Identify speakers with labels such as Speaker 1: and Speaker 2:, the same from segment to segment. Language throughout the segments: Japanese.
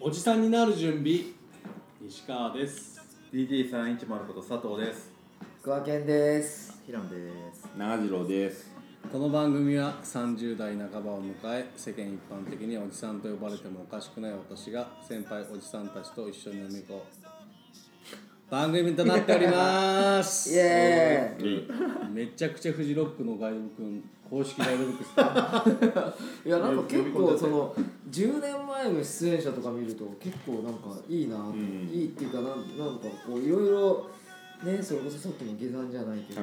Speaker 1: おじさんになる準備西川です
Speaker 2: DT310 こと佐藤です
Speaker 3: クワケンです。
Speaker 2: 平野です
Speaker 4: 長次郎です
Speaker 1: この番組は30代半ばを迎え世間一般的におじさんと呼ばれてもおかしくない私が先輩おじさんたちと一緒に飲み行こう番組となっております
Speaker 3: イエーイ。
Speaker 1: めちゃくちゃフジロックのガイドブックの公式ガイドブックっす ね
Speaker 3: いやなんか結構その10年前の出演者とか見ると結構なんかいいな、
Speaker 4: ん
Speaker 3: いいっていうかなんなんかこういろいろねそれこそさっきの下山じゃないけど、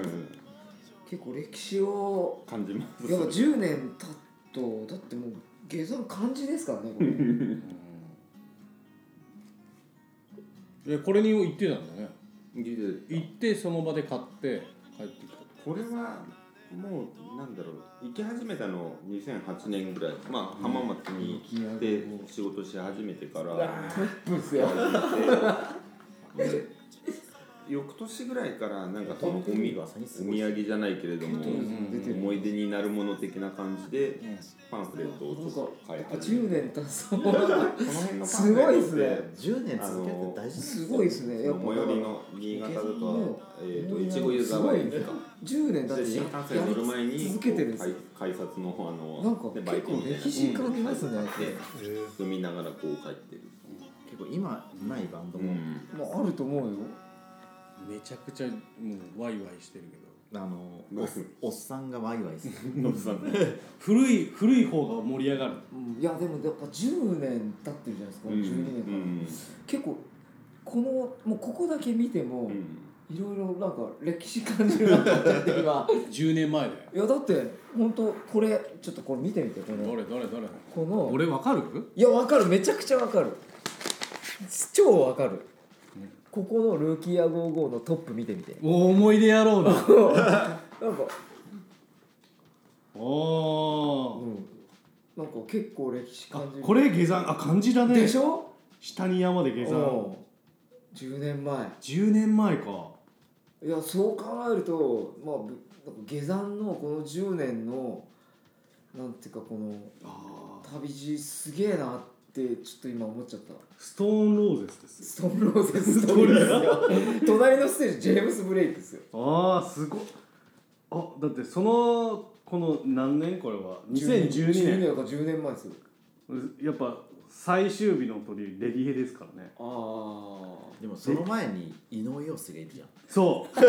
Speaker 3: 結構歴史を
Speaker 4: 感じます
Speaker 3: やっぱ10年経っとだってもう下山漢字ですからねこれ
Speaker 1: でこれに行ってたんだよね
Speaker 4: い
Speaker 1: 行ってその場で買って帰ってきた
Speaker 4: これはもうなんだろう行き始めたの2008年ぐらいまあ浜松に行って仕事し始めてから
Speaker 3: ブスや
Speaker 4: で翌年ぐらいからなんかそのおみお土産じゃないけれども
Speaker 3: 出てる
Speaker 4: 思い出になるもの的な感じでパンフレットを
Speaker 3: なん
Speaker 4: ち
Speaker 3: か
Speaker 4: ょっと買い始
Speaker 3: 10
Speaker 4: め
Speaker 3: 年経つとなんか
Speaker 4: この辺の
Speaker 3: すごいですね
Speaker 2: 10年続ける
Speaker 4: 続けるって
Speaker 2: って
Speaker 4: 大
Speaker 2: 大事
Speaker 3: すごいですね
Speaker 4: 最
Speaker 3: やっぱ
Speaker 4: 寄りの新潟だとえっといちご湯
Speaker 3: すご
Speaker 4: 沢
Speaker 3: い
Speaker 4: 駅
Speaker 3: ね
Speaker 4: か
Speaker 3: 10年だって
Speaker 4: 新幹線乗る前に
Speaker 3: 続けてるんですよ
Speaker 4: 改改札の方あの
Speaker 3: なんか
Speaker 4: ね
Speaker 3: 結構歴史感じますね、
Speaker 4: で飲みながらこう帰ってる、
Speaker 2: 結構今ないバンド
Speaker 4: う
Speaker 2: も、
Speaker 4: ん、
Speaker 3: まあ、あると思うよ
Speaker 1: めちゃくちゃもうワイワイしてるけど
Speaker 2: あの
Speaker 4: まあ
Speaker 2: おおっさんがワイワイ する
Speaker 4: ノブさん
Speaker 1: 古い古い方が盛り上がる
Speaker 3: うんいやでもやっぱ10年経ってるじゃないですか、
Speaker 4: うん
Speaker 3: 12年
Speaker 4: う
Speaker 3: から、
Speaker 4: ん
Speaker 3: 結構このもうここだけ見ても、
Speaker 4: うん
Speaker 3: いろいろなんか歴史感じるなと思っちゃっ て今
Speaker 1: 10年前だよ
Speaker 3: いやだって本当これちょっとこれ見てみてこ
Speaker 1: ど
Speaker 3: の
Speaker 1: れどれどれ
Speaker 3: この
Speaker 1: 俺わかる
Speaker 3: いやわかるめちゃくちゃわかる超わかる、ここのルーキーア55のトップ見てみて
Speaker 1: お思い出やろう だ
Speaker 3: なんか
Speaker 1: お
Speaker 3: う
Speaker 1: ー
Speaker 3: んなんか結構歴史
Speaker 1: あ
Speaker 3: 感じる
Speaker 1: これ下山あ感じだね
Speaker 3: でしょ
Speaker 1: 下に山で下山
Speaker 3: うん10年前
Speaker 1: 10年前か
Speaker 3: いやそう考えると、まあぶ、なんか下山のこの10年のなんていうかこの
Speaker 1: あー
Speaker 3: 旅路すげえなってちょっと今思っちゃ った
Speaker 1: ストーンローゼスです
Speaker 3: ストーンローゼストーリーですよ隣のステージジェームス・ブレイクですよ
Speaker 1: ああすごいあだってそのこの何年これは
Speaker 3: 12
Speaker 1: 2012
Speaker 3: 年か10年前ですよ
Speaker 1: 年やっぱ最終日の鳥レディヘですからね
Speaker 3: ああ
Speaker 2: でもその前に井上陽水がいるじゃん
Speaker 1: そう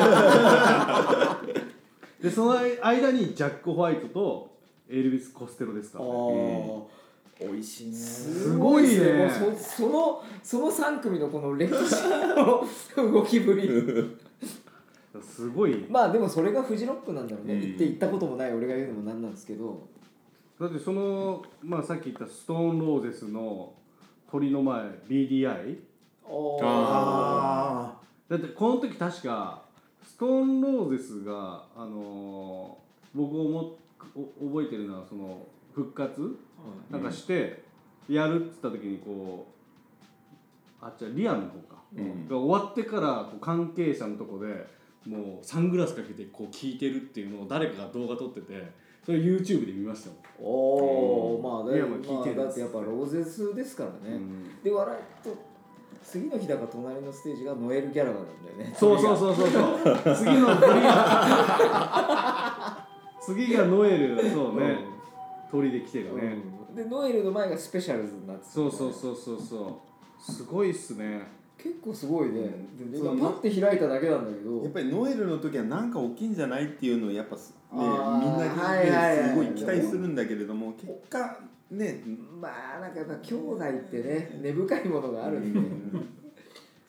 Speaker 1: でその間にジャック・ホワイトとエルビス・コステロですか
Speaker 3: あ
Speaker 1: らね
Speaker 3: ー
Speaker 2: 美味しいね
Speaker 3: す
Speaker 1: ごいね
Speaker 3: っすもうそそのその3組のこの歴史の動きぶり
Speaker 1: すごい
Speaker 3: まあでもそれがフジロックなんだろうね
Speaker 4: うん
Speaker 3: 行って行ったこともない俺が言うのもなんなんですけど
Speaker 1: だってその、まあ、さっき言ったストーン・ローゼスの鳥の前 BDI
Speaker 2: あ
Speaker 1: だってこの時確かストーン・ローゼスが、あのー僕をもお覚えてるのはその復活なんかしてやるっつった時にこうあっちゃリアムの方か、
Speaker 4: うん
Speaker 1: が終わってからこう関係者のとこでもうサングラスかけてこう聞いてるっていうのを誰かが動画撮っててそれ YouTube で見ましたもん
Speaker 3: おおまあ
Speaker 1: い
Speaker 3: だ
Speaker 1: やまあ聞いてるんです
Speaker 3: まあだってやっぱローゼスですからね、
Speaker 1: うん
Speaker 3: で笑いと次の日だから隣のステージがノエル・ギャラガーなんだよね
Speaker 1: そうそうそうそうそう次の鳥が次がノエルそうね、鳥で来てるね、
Speaker 3: うんでノエルの前がスペシャルズになってた
Speaker 1: そうそうそうそうそうすごいっすね
Speaker 3: 結構すごいね、で
Speaker 4: そ
Speaker 3: 今
Speaker 4: う
Speaker 3: パッて開いただけなんだけど
Speaker 4: やっぱりノエルの時はなんか大きいんじゃないっていうのをやっぱすね
Speaker 3: あ
Speaker 4: みん
Speaker 3: ー
Speaker 4: な
Speaker 3: はいはいはい
Speaker 4: ねすごい期待するんだけれども結果ね
Speaker 3: まあなんかやっぱ兄弟ってね根深いものがあるんで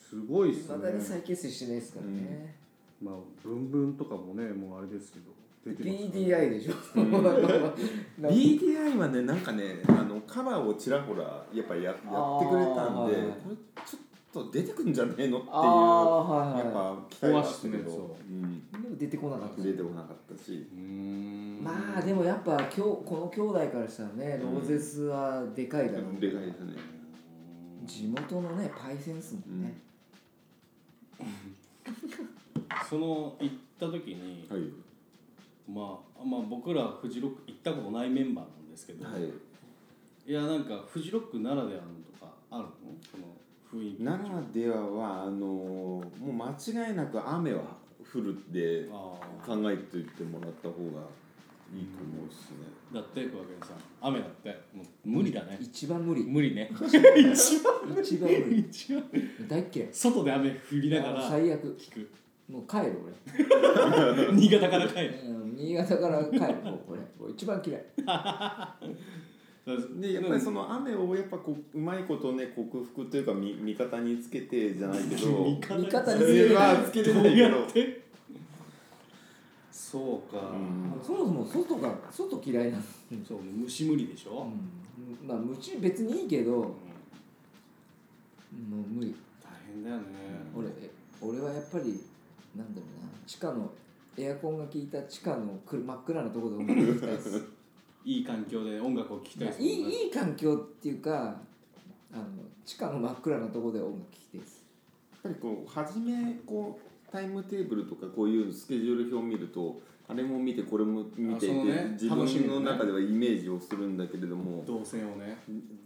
Speaker 1: すごいっ
Speaker 3: い
Speaker 1: す
Speaker 3: まだに
Speaker 1: ね
Speaker 3: 再結成してないですからね、
Speaker 1: まあブンブンとかもねもうあれですけど出てますね
Speaker 3: BDI でしょ、 なんか
Speaker 4: BDI はねなんかねあのカバーをちらほらやっぱややってくれたんで
Speaker 3: あー
Speaker 4: これちょっと出てくんじゃねえのっていう
Speaker 3: ああはい
Speaker 4: やっ
Speaker 3: は
Speaker 4: ぱ期待は
Speaker 1: 壊し
Speaker 4: し
Speaker 1: て
Speaker 4: た
Speaker 1: ね
Speaker 4: けど、
Speaker 1: そ
Speaker 4: うん、
Speaker 3: いでも出てこなかった
Speaker 4: 出てこなかったし、
Speaker 1: うーん
Speaker 3: まあでもやっぱ今日この兄弟からしたらねロ
Speaker 4: うん
Speaker 3: ーゼスはでかいだろう、
Speaker 4: でかいですね。
Speaker 3: 地元のねパイセンスもね、
Speaker 1: その行った時に、
Speaker 4: はい。
Speaker 1: まあまあ僕らフジロック行ったことないメンバーなんですけど、
Speaker 4: はい。
Speaker 1: いやなんかフジロックならではのとかあるのその雰囲気
Speaker 4: ならでははあのーもう間違いなく雨は降るって
Speaker 1: ああ
Speaker 4: 考えていってもらった方がいいと思うしね、
Speaker 1: だって小涌園さん雨だってもう無理だね、
Speaker 3: 一番 無理
Speaker 1: 無理ね
Speaker 3: 一番無理
Speaker 1: 一番
Speaker 3: 大っ嫌い
Speaker 1: 外で雨降りながら聞
Speaker 3: 最悪
Speaker 1: く
Speaker 3: もう帰る
Speaker 1: 新潟から帰る
Speaker 3: 俺、うん、新潟から 帰るもうこれもう一番嫌い
Speaker 4: でやっぱりその雨をやっぱこううまいことね克服というか見味方につけてじゃないけ ど
Speaker 3: 味方に
Speaker 4: そ
Speaker 3: つ
Speaker 4: れ
Speaker 3: けてない
Speaker 4: はつけれ
Speaker 1: ど
Speaker 4: な
Speaker 1: う
Speaker 4: いけ
Speaker 1: や
Speaker 4: ど
Speaker 1: ってそうか、
Speaker 4: うん
Speaker 3: そもそも外が外嫌いなの、
Speaker 1: そう虫無理でしょ、
Speaker 3: うん、まあ無知別にいいけども
Speaker 1: う
Speaker 3: うん無理
Speaker 1: 大変だよね、
Speaker 3: 俺え俺はやっぱりなんだろうな地下のエアコンが効いた地下のく真っ暗なところで音楽聴きたい です
Speaker 1: いい環境で音楽を聴き
Speaker 3: い
Speaker 1: たい
Speaker 3: や
Speaker 1: です
Speaker 3: い
Speaker 1: もん
Speaker 3: いいい環境っていうかあの地下の真っ暗なところで音楽聴きたいです
Speaker 4: やっぱりこう初めこうタイムテーブルとかこういうスケジュール表を見るとあれも見てこれも見てい
Speaker 1: あそ
Speaker 4: て、
Speaker 1: うね
Speaker 4: 自
Speaker 1: 楽しみも
Speaker 4: 分の
Speaker 1: ね
Speaker 4: 中ではイメージをするんだけれども、
Speaker 1: 動線をね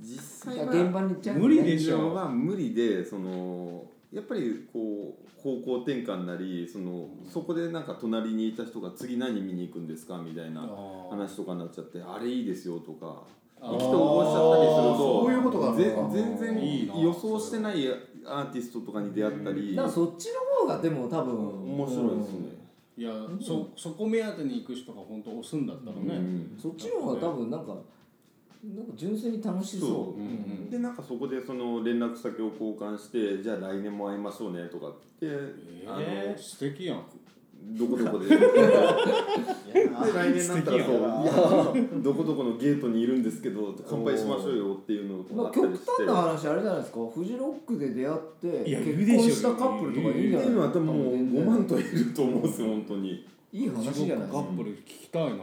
Speaker 4: 実際
Speaker 3: いや
Speaker 4: は
Speaker 3: 現場に行っちゃうんだ
Speaker 1: 無
Speaker 3: ね
Speaker 1: 理でしょ
Speaker 4: は無理でそのやっぱりこう方向転換なりそのそこでなんか隣にいた人が次何見に行くんですかみたいな話とかになっちゃってあれいいですよとか
Speaker 1: あー
Speaker 4: 意気投合しちゃったりすると
Speaker 2: そういうことがあるのか
Speaker 4: ぜ全
Speaker 1: いいな
Speaker 4: 然予想してないアーティストとかに出会ったり
Speaker 3: だからそっちの方がでも多分
Speaker 4: 面白いですね。
Speaker 1: いや、そそこ目当てに行く人が本当押すんだったらね、
Speaker 4: うん
Speaker 3: そっちの方が多分なんかなんか純粋に楽しそう
Speaker 4: そう
Speaker 1: うんうん
Speaker 4: でなんかそこでその連絡先を交換してじゃあ来年も会いましょうねとかって、
Speaker 1: えー、素敵やん
Speaker 4: あのどこどこでで
Speaker 2: い
Speaker 4: 来年になったらそ
Speaker 2: 素
Speaker 4: ういやどこどこのゲートにいるんですけど乾杯しましょうよっていうのと
Speaker 3: ま
Speaker 4: か
Speaker 3: あ、
Speaker 4: ったり
Speaker 3: 極
Speaker 4: して、
Speaker 3: 端な話あれじゃないですかフジロックで出会って
Speaker 1: いやいる
Speaker 3: 結
Speaker 1: でしょ
Speaker 3: 婚したカップルとかいいんじゃ
Speaker 4: っ
Speaker 3: な
Speaker 4: て
Speaker 3: い
Speaker 4: いうのは
Speaker 3: の
Speaker 4: 多分もう5万といると思うんですよ本当に
Speaker 3: いい話じゃないです
Speaker 1: カ
Speaker 3: か、
Speaker 1: ップル聞きたいな、
Speaker 3: うん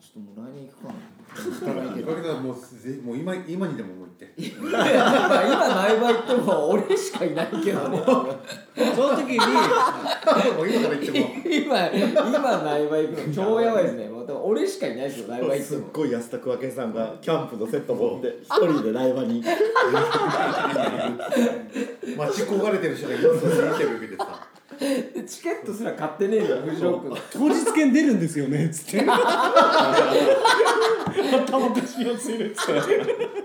Speaker 3: ちょっともう来年行くかな行かないけど
Speaker 5: だけどもうぜもう今今にでももう行 って
Speaker 3: いやまあ今内場行っても俺しかいないけども
Speaker 1: その時に
Speaker 5: もう今から行っても
Speaker 3: 今今内場行くの超やばいですねもうでも俺しかいないですよ内場行っ て
Speaker 2: すっ
Speaker 3: も
Speaker 2: ごい安田区分けさんがキャンプのセット持って一人でライバに
Speaker 5: 待ち焦がれてる人がいるんですよインタビュー受けてさ
Speaker 3: でチケットすら買ってねえじゃんフジロックの
Speaker 1: 当日券出るんですよ ねっつって頭おかしいやついるっつっ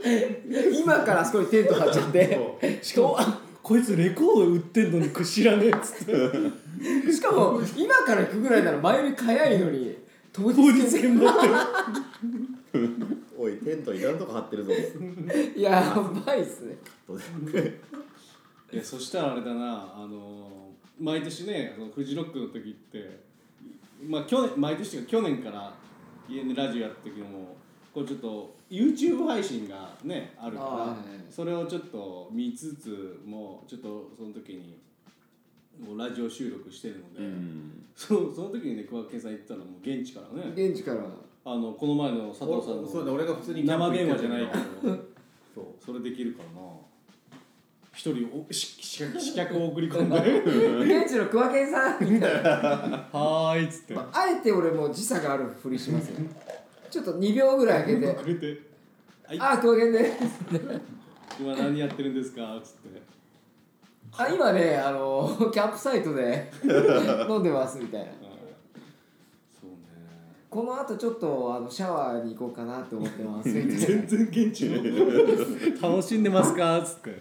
Speaker 1: て
Speaker 3: 今からあそこにテント張っちゃって
Speaker 5: そう
Speaker 3: しかも
Speaker 1: こいつレコード売ってんのに知らねえっつって
Speaker 3: しかも今から行くぐらいなら前より早いのに当
Speaker 1: 当
Speaker 3: 日
Speaker 1: 日券持ってる
Speaker 2: おいテントいらんとこ張ってるぞ
Speaker 3: いやばいっすね
Speaker 1: いやそしたらあれだなあのー毎年ねそのフジロックの時ってまあ去年毎年というか去年から家でラジオやった時もこれちょっと YouTube 配信がねあるか
Speaker 3: あーはいは
Speaker 1: ら
Speaker 3: い
Speaker 1: それをちょっと見つつもうちょっとその時にもうラジオ収録してるので、そうその時にね桑木さん言ったのはもう現地からね
Speaker 3: 現地から
Speaker 1: あのこの前の佐藤さん
Speaker 5: おそうね
Speaker 1: の
Speaker 5: 俺が普通にキャン
Speaker 1: 生
Speaker 5: プ
Speaker 1: 電
Speaker 5: 行っ
Speaker 1: 話
Speaker 5: て
Speaker 1: じゃ
Speaker 5: る
Speaker 1: ないけど。
Speaker 5: そう
Speaker 1: それできるからな一人おしし刺客を送り込んで
Speaker 3: 現地のクワケンさんみたいな
Speaker 1: はーいっつって
Speaker 3: まああえて俺もう時差があるふりしますよちょっと2秒ぐらい空けて
Speaker 1: くれて
Speaker 3: 「ああクワケンです」
Speaker 1: 「今何やってるんですか?」っつって
Speaker 3: あ今ねあのキャンプサイトで飲んでますみたいな
Speaker 1: うんそうね
Speaker 3: このあとちょっとあのシャワーに行こうかなと思ってますみたいな
Speaker 1: 全然現地の 楽しんでますか?」っつって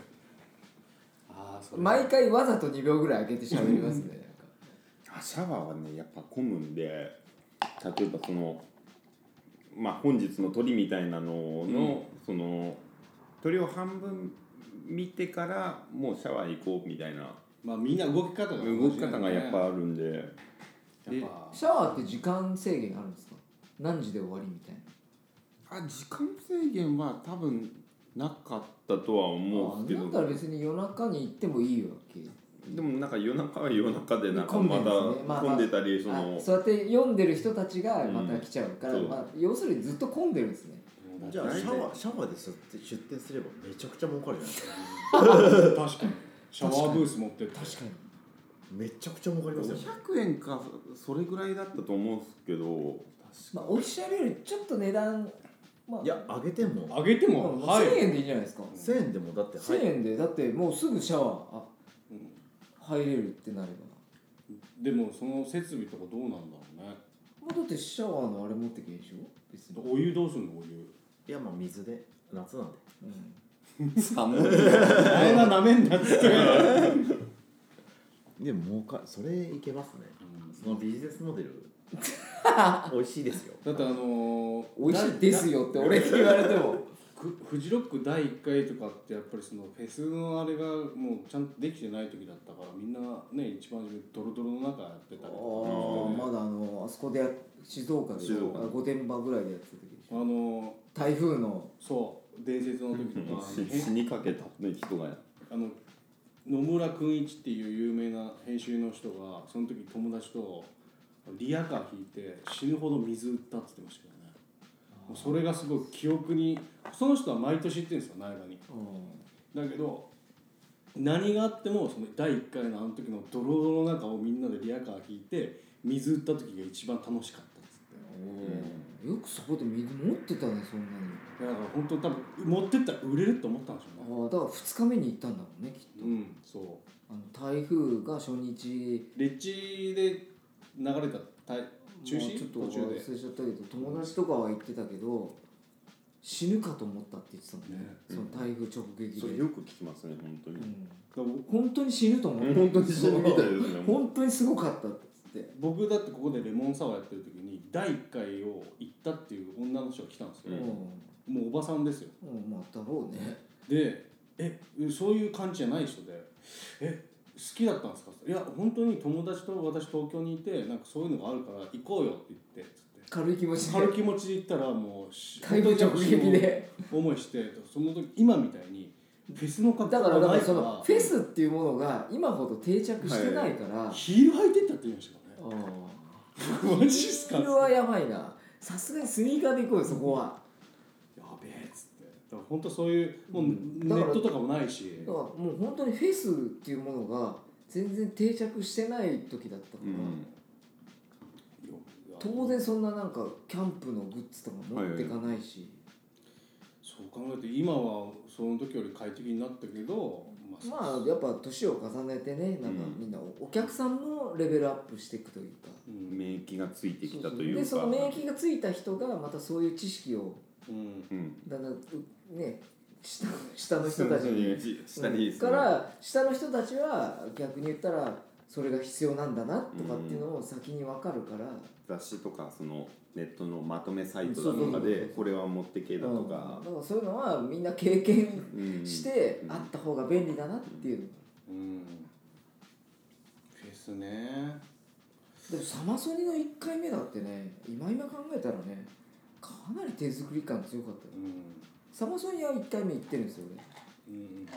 Speaker 1: ああそれ
Speaker 3: 毎回わざと2秒ぐらい開けてしゃべりますね
Speaker 4: あシャワーはねやっぱ混むんで例えばそのまあ本日の鳥みたいなのの、その鳥を半分見てからもうシャワー行こうみたいな
Speaker 1: まあみんな動き方が
Speaker 4: 動き方がやっぱ
Speaker 1: や
Speaker 4: あるんで
Speaker 1: っぱ
Speaker 3: シャワーって時間制限あるんですか何時で終わりみたいな
Speaker 4: あ時間制限は多分なかったとは思
Speaker 3: あ
Speaker 4: うんです
Speaker 3: なん
Speaker 4: け
Speaker 3: だら
Speaker 4: ど
Speaker 3: 別に夜中に行ってもいいわけ
Speaker 4: でもなんか夜中は夜中でなんか
Speaker 3: 混んで
Speaker 4: ま
Speaker 3: るん
Speaker 4: た
Speaker 3: ですねまあまあ
Speaker 4: 混んでたりそ
Speaker 3: あ
Speaker 4: の
Speaker 3: そうやって読んでる人たちがまた来ちゃうから、
Speaker 4: うん
Speaker 3: まあ、要するにずっと混んでるんですね
Speaker 2: じゃあシャワーシャワーで出店すればめちゃくちゃ儲かるじゃないですか
Speaker 1: 確かにシャワーブース持って確か
Speaker 3: かに
Speaker 2: めちゃくちゃ儲かりますよ
Speaker 4: 500円かそれぐらいだったと思うんですけど
Speaker 3: まあ、オフィシャルよりちょっと値段まあ
Speaker 2: いや上げても
Speaker 1: あげても、
Speaker 3: まあ
Speaker 1: はい
Speaker 3: 1000円でいいんじゃないですか
Speaker 2: 1000円でもだって入
Speaker 3: 1000円でだってもうすぐシャワーあ
Speaker 1: うん
Speaker 3: 入れるってなれば
Speaker 1: でもその設備とかどうなんだろうね
Speaker 3: まあだってシャワーのあれ持ってけんでしょ別に、
Speaker 1: お湯どうするのお湯
Speaker 2: いやまあ水で夏なんで
Speaker 3: うん
Speaker 4: 寒い
Speaker 1: 前がなめ んだって
Speaker 2: でも儲かそれいけますねそのビジネスモデ ル美味しいですよ
Speaker 1: だってあのー、
Speaker 3: 美味しいですよって俺に言われて も
Speaker 1: フフジロック第1回とかってやっぱりそのフェスのあれがもうちゃんとできてない時だったからみんなね一番初めドロドロの中やってたりとか
Speaker 3: あ
Speaker 1: ね
Speaker 3: あまだあのあそこでや静岡でしょ
Speaker 4: 静岡
Speaker 3: あ御殿場ぐらいでやってた時でし
Speaker 1: あ
Speaker 3: ょ
Speaker 1: のー、
Speaker 3: 台風の
Speaker 1: そう伝説の時とか
Speaker 4: 死死にかけた人が
Speaker 1: あの野村君一っていう有名な編集の人がその時友達とリアカー引いて死ぬほど水売ったって言ってましたけどねもうそれがすごく記憶にその人は毎年行ってるんですよ苗場にだけど何があってもその第1回のあの時のドロドロの中をみんなでリアカー引いて水売った時が一番楽しかったですって
Speaker 3: おーよくそこで水持ってたねそんなに
Speaker 1: だから本当多分持ってったら売れると思ったんでしょうね
Speaker 3: ああだから2日目に行ったんだもんねきっと、
Speaker 1: うんそう
Speaker 3: あの台風が初日
Speaker 1: 立地で流れたた中
Speaker 3: もう
Speaker 1: 止
Speaker 3: ちょっと
Speaker 1: 途中で、
Speaker 3: 忘れちゃったけど友達とかは行ってたけど死ぬかと思ったって言ってたもんね
Speaker 1: ね
Speaker 3: その台風直撃
Speaker 4: そ
Speaker 3: で、
Speaker 4: れよく聞きますね本当
Speaker 3: う
Speaker 4: に、
Speaker 3: ん、本当に死ぬと思った
Speaker 4: 本当に死ぬみたいですねもう
Speaker 3: 本当にすごかったって言って
Speaker 1: 僕だってここでレモンサワーやってる時に第1回を行ったっていう女の人が来たんですよ
Speaker 4: う、
Speaker 3: う
Speaker 1: もうおばさんですよ
Speaker 3: ん、うん、まあだろうね
Speaker 1: でえそういう感じじゃない人でえ好きだったんですかいや本当に友達と私東京にいてなんかそういうのがあるから行こうよって言ってつって
Speaker 3: 軽い気持ちで
Speaker 1: 軽い気持ちで行ったらもう し
Speaker 3: 台風直撃で
Speaker 1: 思いしてその時今みたいにフェスの格好
Speaker 3: だから
Speaker 1: が
Speaker 3: だか
Speaker 1: ない
Speaker 3: らそのフェスっていうものが今ほど定着してないから、
Speaker 1: ヒール履いてったって言いましたからね
Speaker 3: あ
Speaker 1: マジっすか
Speaker 3: あそれはやばいなさすがにスニーカーで行こうよそこは
Speaker 1: やべえっつってだから本当そういうもううんネ
Speaker 3: だから
Speaker 1: ットとかもないし
Speaker 3: だからもう本当にフェスっていうものが全然定着してない時だったから、
Speaker 4: うん
Speaker 3: 当然そんななんかキャンプのグッズとか持ってかないし、
Speaker 1: そう考えて今はその時より快適になったけどま
Speaker 3: まあやっぱ年を重ねてねなんか
Speaker 4: うん
Speaker 3: みんなお客さんもレベルアップしていくというか、
Speaker 1: うん
Speaker 4: 免疫がついてきた
Speaker 3: そう
Speaker 4: と
Speaker 3: そう
Speaker 4: いう
Speaker 3: で
Speaker 4: か
Speaker 3: その免疫がついた人がまたそういう知識を
Speaker 1: うん
Speaker 4: うん
Speaker 3: だんだんうね下下の人たちに
Speaker 4: 下に
Speaker 3: うんから下の人たちは逆に言ったらそれが必要なんだなとかっていうのを先に分かるから、
Speaker 4: 雑誌とかそのネットのまとめサイトだとかでこれは持ってけだとか
Speaker 3: うんだからそういうのはみんな経験
Speaker 4: うん
Speaker 3: して
Speaker 4: うん
Speaker 3: あった方が便利だなっていう、
Speaker 1: うんフェスね
Speaker 3: でもサマソニの1回目だってね今今考えたらねかなり手作り感強かったよ
Speaker 1: うん
Speaker 3: サマソニは1回目行ってるんですよね
Speaker 1: うんうん
Speaker 3: だ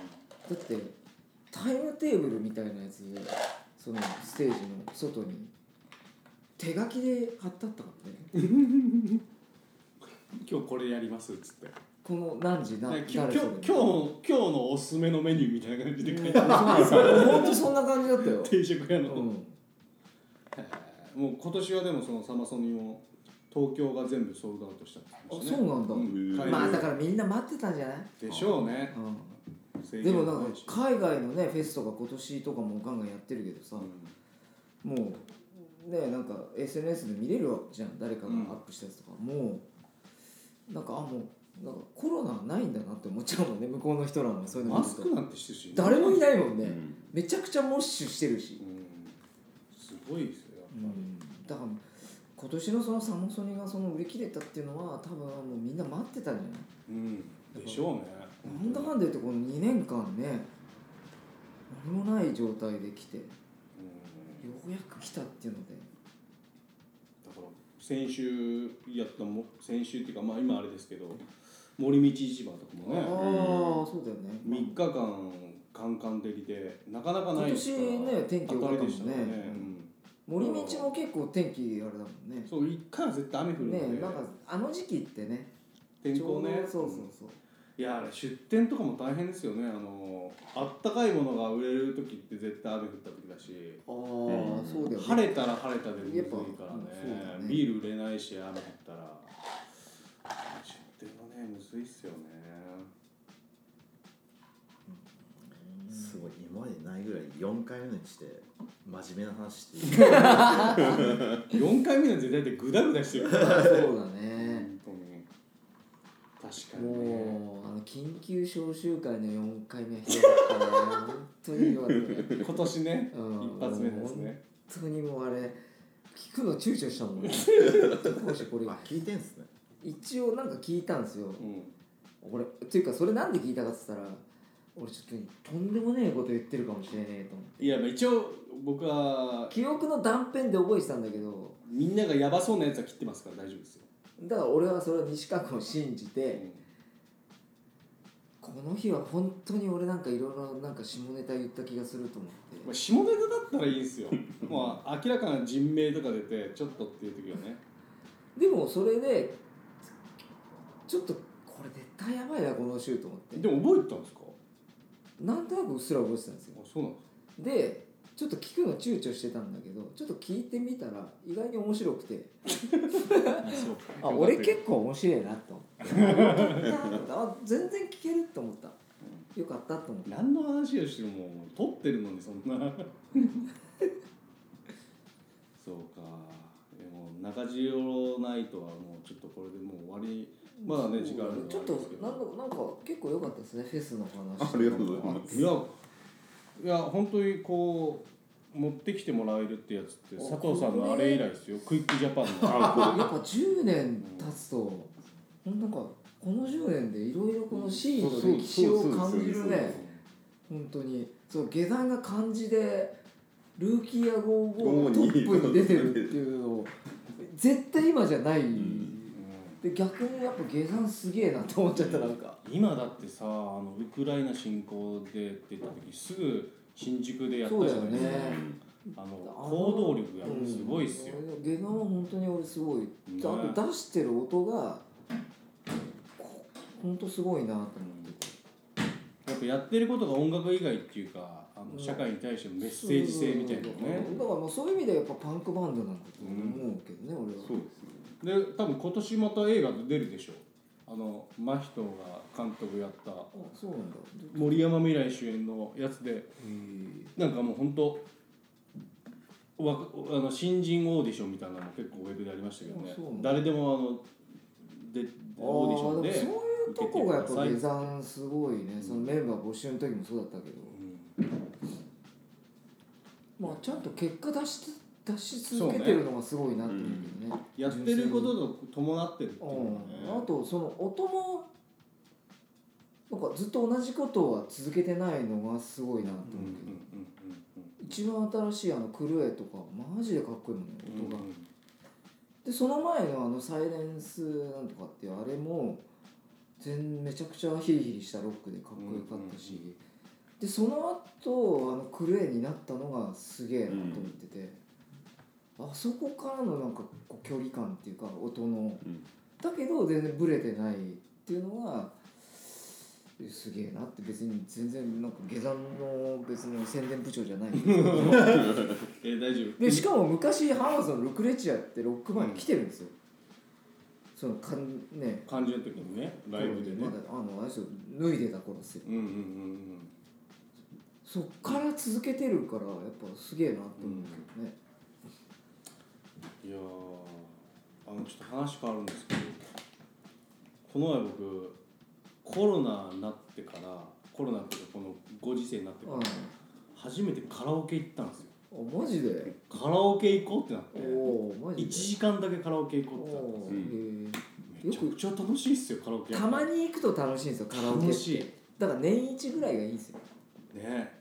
Speaker 3: ってタイムテーブルみたいなやつでそのステージの外に手書きで貼ってあったからね
Speaker 1: 今日これやりますっつって
Speaker 3: この何時
Speaker 1: なん
Speaker 3: 何
Speaker 1: かきょ
Speaker 3: 誰
Speaker 1: 今日
Speaker 3: そ
Speaker 1: 今
Speaker 3: れ
Speaker 1: 日の今日のおすすめのメニューみたいな感じで書いてある
Speaker 3: 本当そんな感じだった よ。
Speaker 1: 定食屋
Speaker 3: う
Speaker 1: の、
Speaker 3: ん、
Speaker 1: もう今年はでもそのサマソニも東京が全部ソールドアウトしたって言ってました
Speaker 3: あそう
Speaker 4: なんだ
Speaker 1: うん
Speaker 3: まあだ
Speaker 1: 帰
Speaker 3: からみんな待ってたんじゃない、
Speaker 1: るでしょうね
Speaker 3: う
Speaker 1: 制
Speaker 3: ん、で
Speaker 1: 限
Speaker 3: も
Speaker 1: も
Speaker 3: なん
Speaker 1: ない
Speaker 3: か
Speaker 1: し
Speaker 3: 海外のねフェスとか今年とかもガンガンやってるけどさ、
Speaker 1: う
Speaker 3: もうねなんか SNS で見れるわけじゃん誰かがアップしたやつとか、もうなんかあもうなんかコロナないんだなって思っちゃうもんね 向こうの人らもそういうんの
Speaker 1: マ
Speaker 3: 見る
Speaker 1: ス
Speaker 3: と
Speaker 1: クなんてしてるし
Speaker 3: 誰もいないもんね、
Speaker 4: うん
Speaker 3: めちゃくちゃモッシュしてる
Speaker 1: う
Speaker 3: し、
Speaker 1: んすごいですよやっぱ
Speaker 3: う
Speaker 1: り
Speaker 3: ん、だから今年のそのサムソニがその売り切れたっていうのは多分もうみんな待ってたんじゃない
Speaker 1: うん、でしょうね
Speaker 3: なんだかんだ言ってこの2年間ね何もない状態で来てよ
Speaker 1: うん
Speaker 3: うやく来たっていうので
Speaker 1: だから先週やったも先週っていうかまあ今あれですけど森道市場とか
Speaker 3: あ
Speaker 1: も
Speaker 3: あ
Speaker 1: ね
Speaker 3: そうだよね
Speaker 1: 3日間カンカン照りでなかなかないですから
Speaker 3: 今年ね天気良かったも
Speaker 1: 明るい
Speaker 3: んね
Speaker 1: でしたからね、
Speaker 3: う
Speaker 1: うん
Speaker 3: 森道も結構天気あれだもんね
Speaker 1: そう一回は絶対雨降るんで、
Speaker 3: ねなんかあの時期ってね
Speaker 1: 天候ね
Speaker 3: ちょうどそうそうそう
Speaker 1: いやあれ出店とかも大変ですよねあのあったかいものが売れる時って絶対雨降った時だし
Speaker 3: ああ、そうだよね
Speaker 1: 晴れたら晴れたでむずい
Speaker 3: やっ
Speaker 1: か
Speaker 3: ぱ
Speaker 1: らね
Speaker 3: うんそうだよね
Speaker 1: ビール売れないし雨降ったら出店は
Speaker 5: いっすよね
Speaker 2: すごい今までないぐらい4回目にして真面目な話して る
Speaker 1: 4回目なんて大体グダグダしてる
Speaker 3: そうだ ね
Speaker 5: 本当に確かにね
Speaker 3: もうあの緊急招集会の4回目はひどかったね本当にひど かったね
Speaker 1: 今年ね
Speaker 3: うん
Speaker 1: 一発目ですね
Speaker 3: 本当にもうあれ聞くの躊躇したもんねどうしようこれ
Speaker 2: あ聞いてんすね
Speaker 3: 一応なんか聞いたんですよ
Speaker 1: うん
Speaker 3: 俺っていうかそれなんで聞いたかっつったら俺ちょっととんでもねえこと言ってるかもしれねえと思って
Speaker 1: いやまあ一応僕は
Speaker 3: 記憶の断片で覚えてたんだけど
Speaker 1: みんながやばそうなやつは切ってますから大丈夫ですよ、
Speaker 3: だから俺はそれを西川君を信じて、
Speaker 1: うん
Speaker 3: この日は本当に俺なんかいろいろなんか下ネタ言った気がすると思
Speaker 1: ま
Speaker 3: っ
Speaker 1: あ、
Speaker 3: て
Speaker 1: 下ネタだったらいいんですよ まあ明らかな人名とか出てちょっとっていう時はね
Speaker 3: でもそれでちょっとこれ絶対やばいなこの週と思って
Speaker 1: でも覚えてたんですか
Speaker 3: なんとなくうっすら覚えてたんですよ
Speaker 1: あそうなんですか
Speaker 3: でちょっと聞くの躊躇してたんだけどちょっと聞いてみたら意外に面白くてあ俺結構面白いなと思ってあ全然聞けると思ったよかったと思って
Speaker 1: 何の話をしてるもん撮ってるのにそんな そうかでも中城ナイトはもうちょっとこれでもう終わりまだね時間ある
Speaker 3: ちょっとなんだなんか結構良かったですねフェスの話
Speaker 4: ありがとうございます
Speaker 1: いやいや本当にこう持ってきてもらえるってやつって
Speaker 3: お
Speaker 1: 佐藤さんのあれ以来ですよクイックジャパンの
Speaker 3: やっぱ10年経つと、なんかこの10年でいろいろこのシーンの歴史を感じるね本当にそう下山が漢字でルーキーや55がトップに出てるっていうのを絶対今じゃない、で逆にやっぱ下山すげえなと思っちゃったなんか、
Speaker 1: 今だってさあのウクライナ侵攻でって言った時すぐ新宿でやった
Speaker 3: そう
Speaker 1: じ
Speaker 3: だ
Speaker 1: ゃ
Speaker 3: よ
Speaker 1: ないですか、
Speaker 3: ね
Speaker 1: あの
Speaker 3: あの
Speaker 1: 行動力がすごいっすよ、
Speaker 3: うん下山は本当に俺すごい、
Speaker 1: ね
Speaker 3: あと出してる音がこ本当すごいなと思って。
Speaker 1: やっぱやってることが音楽以外っていうかあの社会に対してのメッセージ性みたいなのね
Speaker 3: うんだからもうそういう意味でやっぱパンクバンドなんだと思うけどね、俺は
Speaker 4: そうですね
Speaker 1: で多分今年また映画出るでしょあの真人が監督やった
Speaker 3: あそうなんだ
Speaker 1: 森山未来主演のやつでなんかもう本当わかあの新人オーディションみたいなのも結構ウェブでありましたけどね
Speaker 3: あそうなんだ
Speaker 1: 誰でもあので
Speaker 3: あ
Speaker 1: オーディション
Speaker 3: ー
Speaker 1: で
Speaker 3: でもそういうとこがやっぱ
Speaker 1: 受け
Speaker 3: 下
Speaker 1: てくださ
Speaker 3: 山すごいね、そのメンバー募集の時もそうだったけど、まあちゃんと結果出し出し続けてるのがすごいなって思うけどね
Speaker 1: いやってることと伴ってるっていううの
Speaker 3: ん、
Speaker 1: は
Speaker 3: あとその音もなんかずっと同じことは続けてないのがすごいなと思う
Speaker 1: う
Speaker 3: け
Speaker 1: ん
Speaker 3: ど、
Speaker 1: うんうん
Speaker 3: 一番新しいあのクルエとかマジでかっこいいもんね
Speaker 1: うん
Speaker 3: 音が、
Speaker 1: うん
Speaker 3: でその前のあの「サイレンスなんとか」っていうあれも全めちゃくちゃヒリヒリしたロックでかっこよかったし、
Speaker 1: うんうん
Speaker 3: でその後あのクルエになったのがすげえなと思ってて、あそこからのなんかこう距離感っていうか音の、
Speaker 4: うん
Speaker 3: だけど全然ブレてないっていうのがえすげえなって別に全然なんか下山の別に宣伝部長じゃない けど
Speaker 1: えー大丈夫
Speaker 3: でしかも昔ハマーズのルクレチアってロックバンに来てるんですよ、そのかんね
Speaker 1: 感じの時にねライブでね
Speaker 3: まだあのあれですよ脱いでた頃ですよ
Speaker 1: うんうんうん
Speaker 3: そっから続けてるからやっぱすげえなと思うけどね、
Speaker 1: うんいやーあのちょっと話変わるんですけどこの前僕コロナになってからコロナっていうかこのご時世になってから初めてカラオケ行ったんですよ
Speaker 3: うんあマジで
Speaker 1: カラオケ行こうってな
Speaker 3: お
Speaker 1: って
Speaker 3: おマジ
Speaker 1: 1
Speaker 3: で
Speaker 1: 時間だけカラオケ行こうってなったんで
Speaker 3: お
Speaker 4: う
Speaker 3: ーへ
Speaker 1: すめちゃくちゃ楽しいっすよカラオケ
Speaker 3: えたまに行くと楽しいんですよカラオケって
Speaker 1: 楽しい
Speaker 3: だから年一ぐらいがいいんですよ
Speaker 1: ね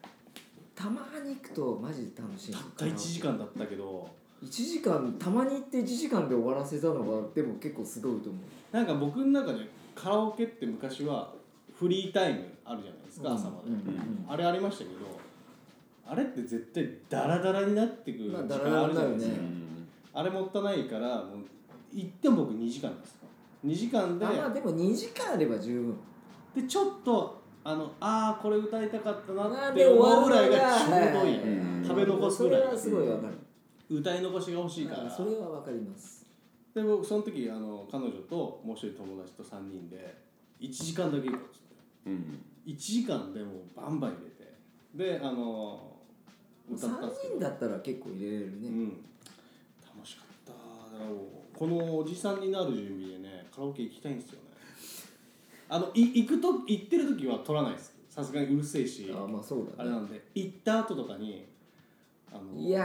Speaker 3: たまに行くとマジで楽しいんで
Speaker 1: た
Speaker 3: すよ
Speaker 1: った1時間だったけど
Speaker 3: 1時間たまに行って1時間で終わらせたのがでも結構すごいと思う
Speaker 1: なんか僕の中でカラオケって昔はフリータイムあるじゃないですか、朝まで、
Speaker 3: うんうん
Speaker 1: あれありましたけどあれって絶対ダラダラになってくる
Speaker 3: まあ
Speaker 1: 時間あるじゃないです
Speaker 3: ダラダラになる
Speaker 1: か、
Speaker 3: ね
Speaker 1: あれもったいないからもう行っても僕2時間なんですよ2時間で
Speaker 3: あまあでも2時間あれば十分
Speaker 1: でちょっとあのああこれ歌いたかったな
Speaker 3: な
Speaker 1: っ
Speaker 3: ん
Speaker 1: て
Speaker 3: で
Speaker 1: 思う
Speaker 3: 終
Speaker 1: ぐ
Speaker 3: わ
Speaker 1: ら
Speaker 3: る
Speaker 1: い
Speaker 3: の
Speaker 1: が
Speaker 3: が
Speaker 1: ちょうどいい、
Speaker 4: はい
Speaker 3: うん
Speaker 1: 食べ残すぐらい
Speaker 3: それはすごいわかる
Speaker 1: 歌い残しが欲しいから
Speaker 3: あそれはわかります
Speaker 1: で僕その時あの彼女ともう一人友達と3人で1時間だけ行こうっつって
Speaker 4: うん
Speaker 1: 1時間でもうバンバン入れてであの歌ったん
Speaker 3: 3
Speaker 1: ですけど
Speaker 3: 人だったら結構入れれる
Speaker 1: う
Speaker 3: ね、
Speaker 1: ん楽しかっただからもうこのおじさんになる準備でねカラオケ行きたいんですよねあのい行くと行ってる時は撮らないですさすがにうるせえし
Speaker 3: ああまあそう
Speaker 1: あ
Speaker 3: だ
Speaker 1: れな
Speaker 3: ね
Speaker 1: んで行った後とかにあの
Speaker 3: いや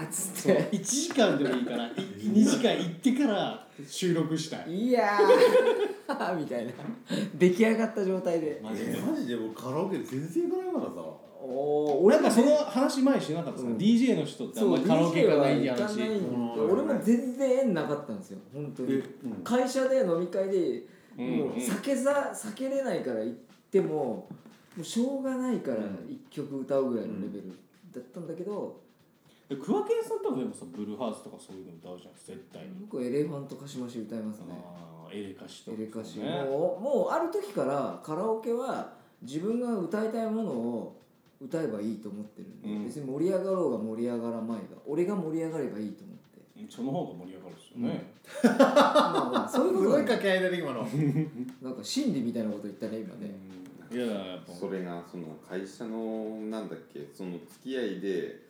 Speaker 3: ーっつっ
Speaker 1: そう
Speaker 3: て
Speaker 1: 1時間でもいいからい2時間行ってから収録したい
Speaker 3: いやー みたいな出来上がった状態で
Speaker 1: マジで
Speaker 5: マジで僕カラオケ全然行かないからさ
Speaker 3: おお
Speaker 1: 俺な
Speaker 3: 俺
Speaker 1: ん
Speaker 3: も
Speaker 1: か
Speaker 3: そ
Speaker 1: そ
Speaker 3: の
Speaker 1: の話前にしなかったですか、
Speaker 3: うん
Speaker 1: DJ の人ってあん
Speaker 3: そう
Speaker 1: まりカラオケ行かないって
Speaker 3: DJ は行か
Speaker 1: 話
Speaker 3: ないんで俺も全然縁なかったんですよ本当に会社で飲み会で
Speaker 1: うん
Speaker 3: もう酒ざ避けれないから行ってももうしょうがないから1曲歌うぐらいのレベルだったんだけど、
Speaker 1: でクワケンさん多分でもさブルーハーツとかそういうの歌うじゃん絶対に、
Speaker 3: 僕エレファントカシマシ歌いますね
Speaker 1: あーエレカシとか
Speaker 3: エレカシ、
Speaker 1: ね
Speaker 3: もうもうある時からカラオケは自分が歌いたいものを歌えばいいと思ってるんで、
Speaker 1: うん
Speaker 3: 別に盛り上がろうが盛り上がらまいが俺が盛り上がればいいと思 って
Speaker 1: その方が盛り上がるですよね、
Speaker 3: まあまあそういう
Speaker 5: す
Speaker 3: こ
Speaker 5: ご
Speaker 3: と
Speaker 5: い
Speaker 3: なんだ
Speaker 5: 掛け合いだね今の
Speaker 3: なんか心理みたいなこと言ったね今ね、
Speaker 1: うんいやだからやっぱ
Speaker 4: それがその会社のなんだっけその付き合いで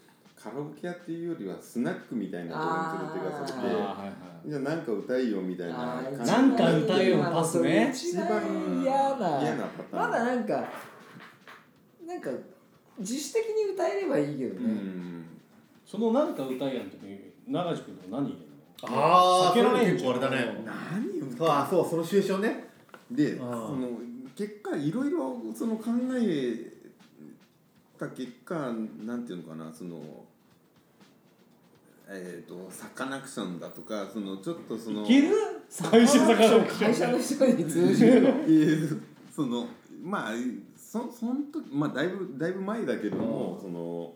Speaker 4: カラオケ屋っていうよりはスナックみたいなところに連れて行かさ
Speaker 1: あ
Speaker 4: れ
Speaker 1: ー
Speaker 4: て
Speaker 1: はいはい
Speaker 4: じゃあなんか歌いよみたいな
Speaker 3: あー
Speaker 4: 感じ
Speaker 1: なんか歌えよ
Speaker 3: 今の
Speaker 1: パスね
Speaker 3: 一番嫌な
Speaker 4: 嫌なパター
Speaker 3: ま
Speaker 4: ン
Speaker 3: だなんかなんか自主的に歌えればいいけど
Speaker 4: う
Speaker 3: ね、
Speaker 4: ん
Speaker 1: そのなんか歌いやん時に長地君とか何入れるの
Speaker 5: ああ
Speaker 1: 避け
Speaker 5: そ
Speaker 1: られ
Speaker 5: れ
Speaker 1: ん
Speaker 5: 結
Speaker 1: じゃ
Speaker 5: 構
Speaker 1: ん
Speaker 5: あれだね
Speaker 4: 何歌
Speaker 5: そうあそうそのシチュエーションね
Speaker 4: でそ
Speaker 5: あー
Speaker 4: の結果いろいろその考えた結果なんていうのかなそのえっ、とサカナクションだとかそのちょっとその
Speaker 1: いける会社だから
Speaker 3: 会社の人に通じ るの
Speaker 4: えーそのまあそその時まあだいぶだいぶ前だけどもその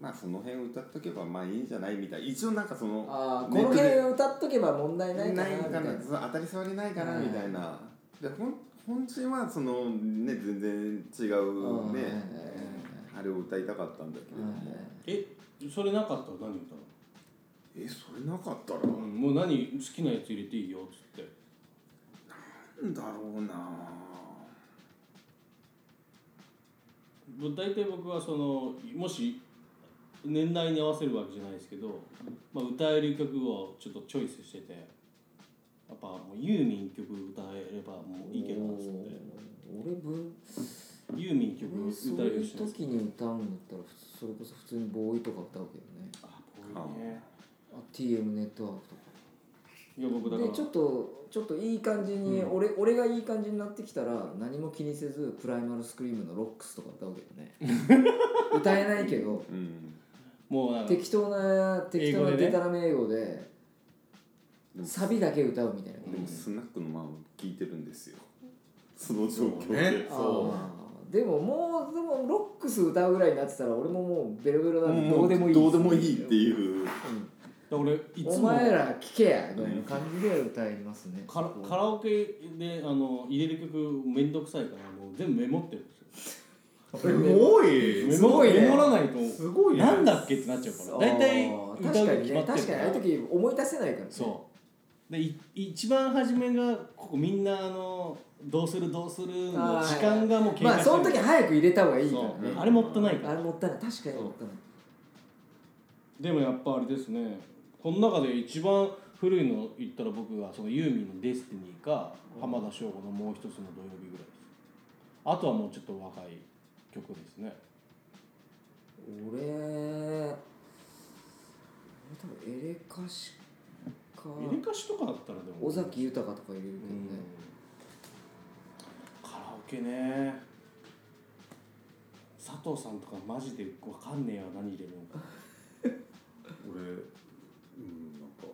Speaker 4: まあその辺歌っとけばまあいいんじゃないみたいな一応なんかその
Speaker 3: あーこ
Speaker 4: ネ
Speaker 3: の
Speaker 4: ットで
Speaker 3: 辺歌っとけば問題ないか
Speaker 4: な
Speaker 3: な
Speaker 4: い
Speaker 3: みた
Speaker 4: か
Speaker 3: い
Speaker 4: な
Speaker 3: な
Speaker 4: そう当たり障りないかな
Speaker 3: はい
Speaker 4: みたいなでほん本心はそのね全然違
Speaker 3: うん
Speaker 4: う
Speaker 3: はいはいはい
Speaker 4: ねあれを歌いたかったんだけれども
Speaker 1: えそれなかったら何歌う
Speaker 4: えそれなかったら
Speaker 1: の、うんもう何好きなやつ入れていいよっつって
Speaker 4: なんだろうな
Speaker 1: ぶ大体僕はそのもし年代に合わせるわけじゃないですけど、まあ、歌える曲をちょっとチョイスしててやっぱもうユーミン曲歌えればもういいけどなっつって
Speaker 3: 俺分
Speaker 1: ユーミン曲
Speaker 3: そう
Speaker 1: 歌えるよ
Speaker 3: い
Speaker 1: う
Speaker 3: う
Speaker 1: にしてるんですよ
Speaker 3: 時に歌うんだったらそれこそ普通にボーイとか歌うけどね
Speaker 1: あ僕ね
Speaker 3: あ TM ネットワークとか
Speaker 1: いや僕だから
Speaker 3: でちょっとちょっといい感じに、俺俺がいい感じになってきたら何も気にせずプライマルスクリームのロックスとか歌うけど ね歌えないけど
Speaker 4: うん
Speaker 1: もうなんか
Speaker 3: 適当な適当
Speaker 1: 英語で
Speaker 3: な
Speaker 1: ね
Speaker 3: デタラメ英語で
Speaker 4: でも
Speaker 3: サビだけ歌うみたいな
Speaker 4: でもスナックのまま聞いてるんですよその状況で、
Speaker 5: ねそ
Speaker 3: あーでももうでもロックス歌うぐらいになってたら俺ももうベロベロなんでどうでもいい
Speaker 4: どうでもいいって
Speaker 3: う、
Speaker 4: いう
Speaker 1: 俺い
Speaker 3: うん、お
Speaker 1: つも
Speaker 3: 前ら聞けやぐらいの感じで歌いますね
Speaker 1: カラカラオケであの入れる曲めんどくさいからもう全部メモってるんですよ
Speaker 5: すごい
Speaker 1: メ
Speaker 3: す
Speaker 1: モ
Speaker 3: ごいね
Speaker 1: メモらないと
Speaker 5: すごいね
Speaker 1: なんだっけってなっちゃうから大体歌う
Speaker 3: 確か
Speaker 1: が決ま
Speaker 3: にね
Speaker 1: ってる
Speaker 3: 確かにああいう時思い出せないからね
Speaker 1: そうでい一番初めがここみんなあのどうするどうするの
Speaker 3: あー
Speaker 1: 時間がもう経
Speaker 3: まあ
Speaker 1: 過して
Speaker 3: そ
Speaker 1: る
Speaker 3: の時早く入れた方がいいから
Speaker 1: そう
Speaker 3: ね
Speaker 1: あれもったいないか
Speaker 3: あれ
Speaker 1: ら
Speaker 3: もったいない確かにもったいない
Speaker 1: でもやっぱあれですねこの中で一番古いの言ったら僕はそのユーミンの「デスティニー」か浜田省吾の「もう一つの土曜日」ぐらいですあとはもうちょっと若い曲ですね
Speaker 3: 俺俺多分エレカシか
Speaker 1: 入れかしとかだったらでも
Speaker 3: 尾崎豊とか入れるけどね、
Speaker 1: カラオケね佐藤さんとかマジで分かんねえわ何入れるのか
Speaker 5: 俺うんなんか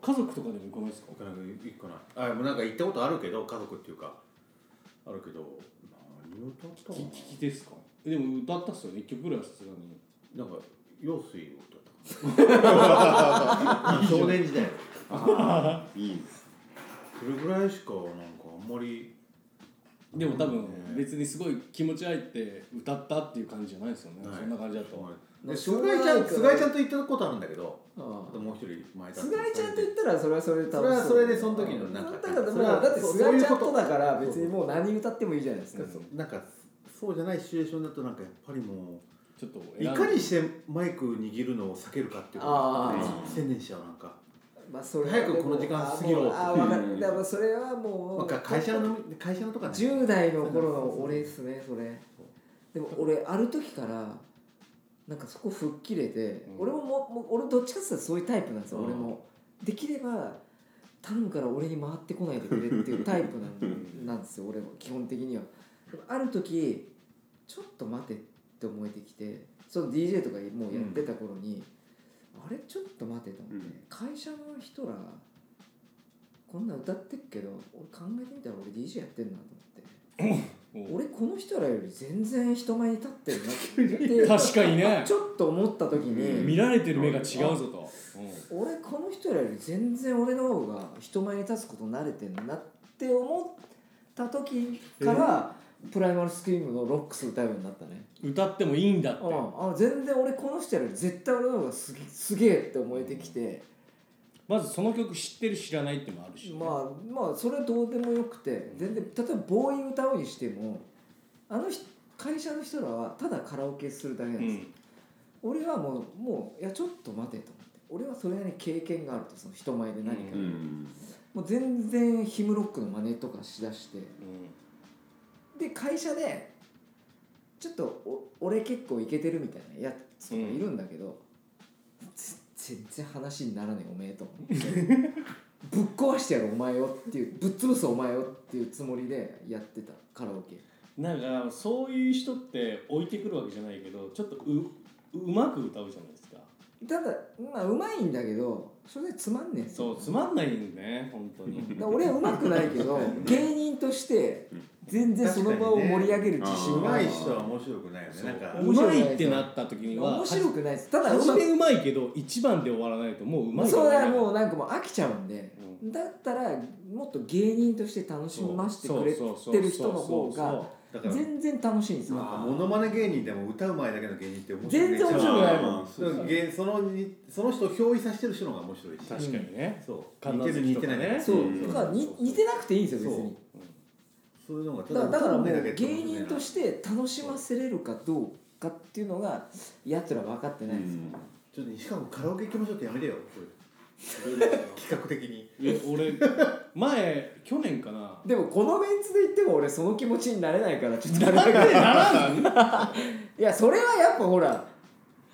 Speaker 1: 家族とかでも行かないですか
Speaker 5: お金が行かないあもうなんか行ったことあるけど家族っていうかあるけど何を歌った
Speaker 1: 聞
Speaker 5: か
Speaker 1: き聞きですかでも歌ったっすよね1曲ぐらいはさすがに
Speaker 5: ななんか陽水を歌ったかな少年時代
Speaker 4: いいです
Speaker 5: それぐらいしかなんかあんまり
Speaker 1: でも多分別にすごい気持ち入って歌ったっていう感じじゃないですよね、
Speaker 5: はい
Speaker 1: そんな感じだと、
Speaker 5: で菅井ちゃん菅井ちゃんと行ったことあるんだけど
Speaker 3: あ
Speaker 5: あ
Speaker 3: あ
Speaker 5: ともう一人前田
Speaker 3: 菅井ちゃんと言ったらそれはそれで楽し
Speaker 5: それはそれでその時のなんか
Speaker 3: だから
Speaker 5: そ
Speaker 3: もう
Speaker 5: れは
Speaker 3: だって
Speaker 5: そう
Speaker 3: 菅井ちゃん
Speaker 5: そうい
Speaker 3: と
Speaker 5: うこと
Speaker 3: だから別にもう何歌ってもいいじゃないですか、
Speaker 5: そうなんかそうじゃないシチュエーションだとなんかやっぱりも
Speaker 1: ちょっと
Speaker 5: ういかにしてマイク握るのを避けるかっていうこと
Speaker 3: あ
Speaker 5: に専念しちゃうなんか、
Speaker 3: まあそれ
Speaker 5: 早くこの時間過ぎろ
Speaker 3: ああ分かるだからそれはもう、
Speaker 5: まあ、会社の会社のとかね
Speaker 3: 10代の頃の俺ですねそれでも俺ある時からなんかそこ吹っ切れて、
Speaker 1: うん
Speaker 3: 俺もももう俺どっちかっていうとそういうタイプなんですよ、
Speaker 5: うん
Speaker 3: 俺もできれば頼むから俺に回ってこないでくれっていうタイプなんなんですよ俺は基本的にはでもある時ちょっと待てって思えてきてその DJ とかもうやってた頃に、あれちょっと待てと思って、
Speaker 4: うん
Speaker 3: 会社の人らこんなん歌ってっけど俺考えてみたら俺 DJ やってんなと思って。
Speaker 1: 俺
Speaker 3: 俺この人らより全然人前に立ってるなって
Speaker 1: 確かにね
Speaker 3: ちょっと思った時
Speaker 4: うん
Speaker 3: に、
Speaker 1: 見られてる目が違うぞと、
Speaker 3: 俺この人らより全然俺の方が人前に立つこと慣れてんなって思った時から、プライマルスクリームのロックス歌うようになったね、
Speaker 1: うん歌ってもいいんだって、
Speaker 3: うん、あ全然俺この人らより絶対俺の方がすげすげえって思えてきて、
Speaker 1: まずその曲知ってる知らないってもあるしね、
Speaker 3: まあまあそれはどうでもよくて全然例えばボーイ歌うにしてもあの人会社の人らはただカラオケするだけな
Speaker 1: うん
Speaker 3: ですよ、
Speaker 1: ん、
Speaker 3: 俺はもうもういやちょっと待てと思って俺はそれなりに経験があるとその人前で何か、
Speaker 1: う
Speaker 4: うん
Speaker 3: もう全然ヒムロックの真似とかしだして
Speaker 1: うん
Speaker 3: で会社でちょっとお俺結構イケてるみたいなやつとかいるんだけど、ぜ全然話にならねえおめえと思って ぶっ壊してやるお前をっていうぶっ潰すお前をっていうつもりでやってたカラオケ
Speaker 1: なんかそういう人って置いてくるわけじゃないけどちょっとううまく歌うじゃないですか
Speaker 3: ただまあうまいんだけどそれでつまんねえんだよ
Speaker 1: そうつまんないんだね本当
Speaker 3: だ
Speaker 1: に
Speaker 3: から俺はうまくない けど芸人として全然その場を盛り上げる自信が
Speaker 5: うま
Speaker 3: ないい
Speaker 5: 人は面白くないよねなんか
Speaker 1: うまいってなった時には
Speaker 3: 面白くないですただう
Speaker 1: 初
Speaker 3: ま
Speaker 1: めうまいけど一番で終わらないともううま
Speaker 3: く
Speaker 1: い
Speaker 3: そうだ
Speaker 1: も
Speaker 3: もうなんかもう飽きちゃうんでだったらもっと芸人として楽しませてくれてる人の方が
Speaker 5: だから
Speaker 3: 全然楽しいんです
Speaker 5: なんかモ
Speaker 3: よ
Speaker 5: ノマネ芸人でも歌うまいだけの芸人って面白い
Speaker 3: 全然面白くないもん
Speaker 4: あー
Speaker 5: だから芸そのにその人を憑依させてる人の方が面白いし
Speaker 1: 確かにね、
Speaker 5: そう
Speaker 1: 神
Speaker 5: 似
Speaker 1: 奈
Speaker 5: てる
Speaker 1: 月
Speaker 5: 似
Speaker 1: と
Speaker 5: て
Speaker 1: か
Speaker 5: な
Speaker 1: ね
Speaker 5: いね
Speaker 3: そう
Speaker 4: うん
Speaker 3: だからに似てなくていいんですよ別に
Speaker 5: そういうのがた
Speaker 3: だからだからも
Speaker 5: 歌う
Speaker 3: う
Speaker 5: まいだけって面
Speaker 3: 芸
Speaker 5: 白いな
Speaker 3: 人として楽しませれるかどうかっていうのがやつら分かってないんですよ
Speaker 5: ちょっと西川君カラオケ行きましょうってやめてよこれ企画的に
Speaker 1: いや俺前去年かな
Speaker 3: でもこのメンツで言っても俺その気持ちになれないからちょっ とあれだけどいやそれはやっぱほら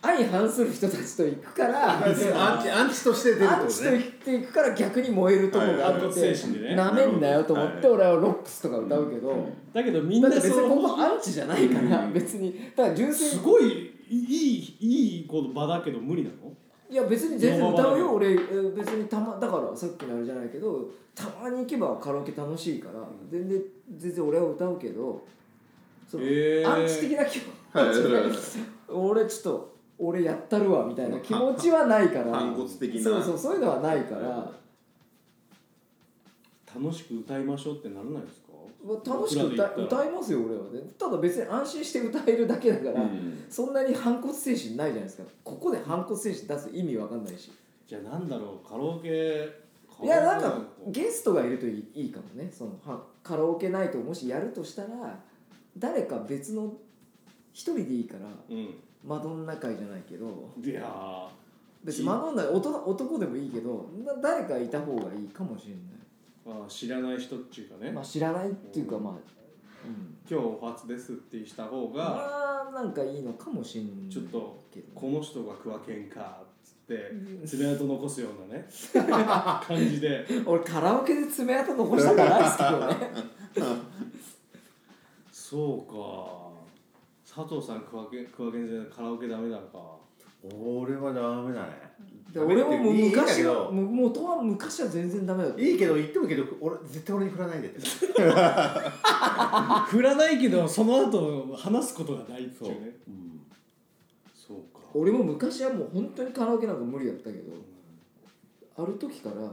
Speaker 3: 相反する人たちと行くからアン
Speaker 5: アンチアンチとして出るってこと
Speaker 3: チと
Speaker 5: ね
Speaker 3: 行っていくから逆に燃えるとこがあ
Speaker 1: はい
Speaker 3: っ
Speaker 1: はい反
Speaker 3: て
Speaker 1: 骨精神でね
Speaker 3: なめんなよと思って
Speaker 4: はい
Speaker 3: 俺はロックスとか歌うけど
Speaker 1: だけどみん
Speaker 3: だっ
Speaker 1: な
Speaker 3: て別
Speaker 1: そ
Speaker 3: にここ
Speaker 1: の
Speaker 3: アンチじゃないから別にただ純粋
Speaker 1: す
Speaker 3: に
Speaker 1: ごいいいいいこの場だけど無理なの
Speaker 3: いや別に全然歌
Speaker 1: まあまあまあま
Speaker 3: うよ
Speaker 1: あ
Speaker 3: 俺えー別にたまだからさっきのあれじゃないけどたまに行けばカラオケ楽しいから全然全然俺は歌うけどそう
Speaker 1: へー
Speaker 3: アンチ的な気持ち
Speaker 4: はい
Speaker 3: 俺ちょっと俺やったるわみたいな気持ちはないか ら
Speaker 4: 反骨的な
Speaker 3: そうそうそういうのはないから、
Speaker 1: 楽しく歌いましょうってならないですか
Speaker 3: まあ楽しく歌
Speaker 1: 僕らで言ったら
Speaker 3: 歌いますよ俺はねただ別に安心して歌えるだけだから、
Speaker 4: うん
Speaker 3: そんなに反骨精神ないじゃないですかここで反骨精神出す意味わかんないし
Speaker 1: じゃあなんだろうカラオケ
Speaker 3: いやなんか
Speaker 1: カ
Speaker 3: ゲストがいるといいいいかもねそのはカラオケナイトをもしやるとしたら誰か別の一人でいいから
Speaker 1: ラオケ
Speaker 3: マドンナ会じゃないけど
Speaker 1: うんいやー
Speaker 3: 別にマドンナ男男でもいいけどな誰かいた方がいいかもしれない
Speaker 1: まあ、知らない人っていうかね、
Speaker 3: まあ知らないっていうかまあ、うん、
Speaker 1: 今日お初ですってした方が、
Speaker 3: まあなんかいいのかもしんない
Speaker 1: ちょっと
Speaker 3: けど
Speaker 1: この人がクワケンかっつって
Speaker 3: うん
Speaker 1: 爪痕残すような ね感じで
Speaker 3: 俺カラオケで爪痕残したくないですけ どね
Speaker 1: そうか佐藤さんクワケンクワケンじゃないカラオケダメなのか
Speaker 5: 俺はダメだね
Speaker 3: で俺ももう
Speaker 5: いいんだけ
Speaker 3: 昔
Speaker 5: ど
Speaker 3: はもう元は昔は全然ダメだった
Speaker 5: いいけど言ってもいいけど俺絶対俺に振らないでって
Speaker 1: 振らないけどその後話すことがないっていうね
Speaker 5: うん
Speaker 1: そうか
Speaker 3: 俺も昔はもう本当にカラオケなんか無理だったけどある時から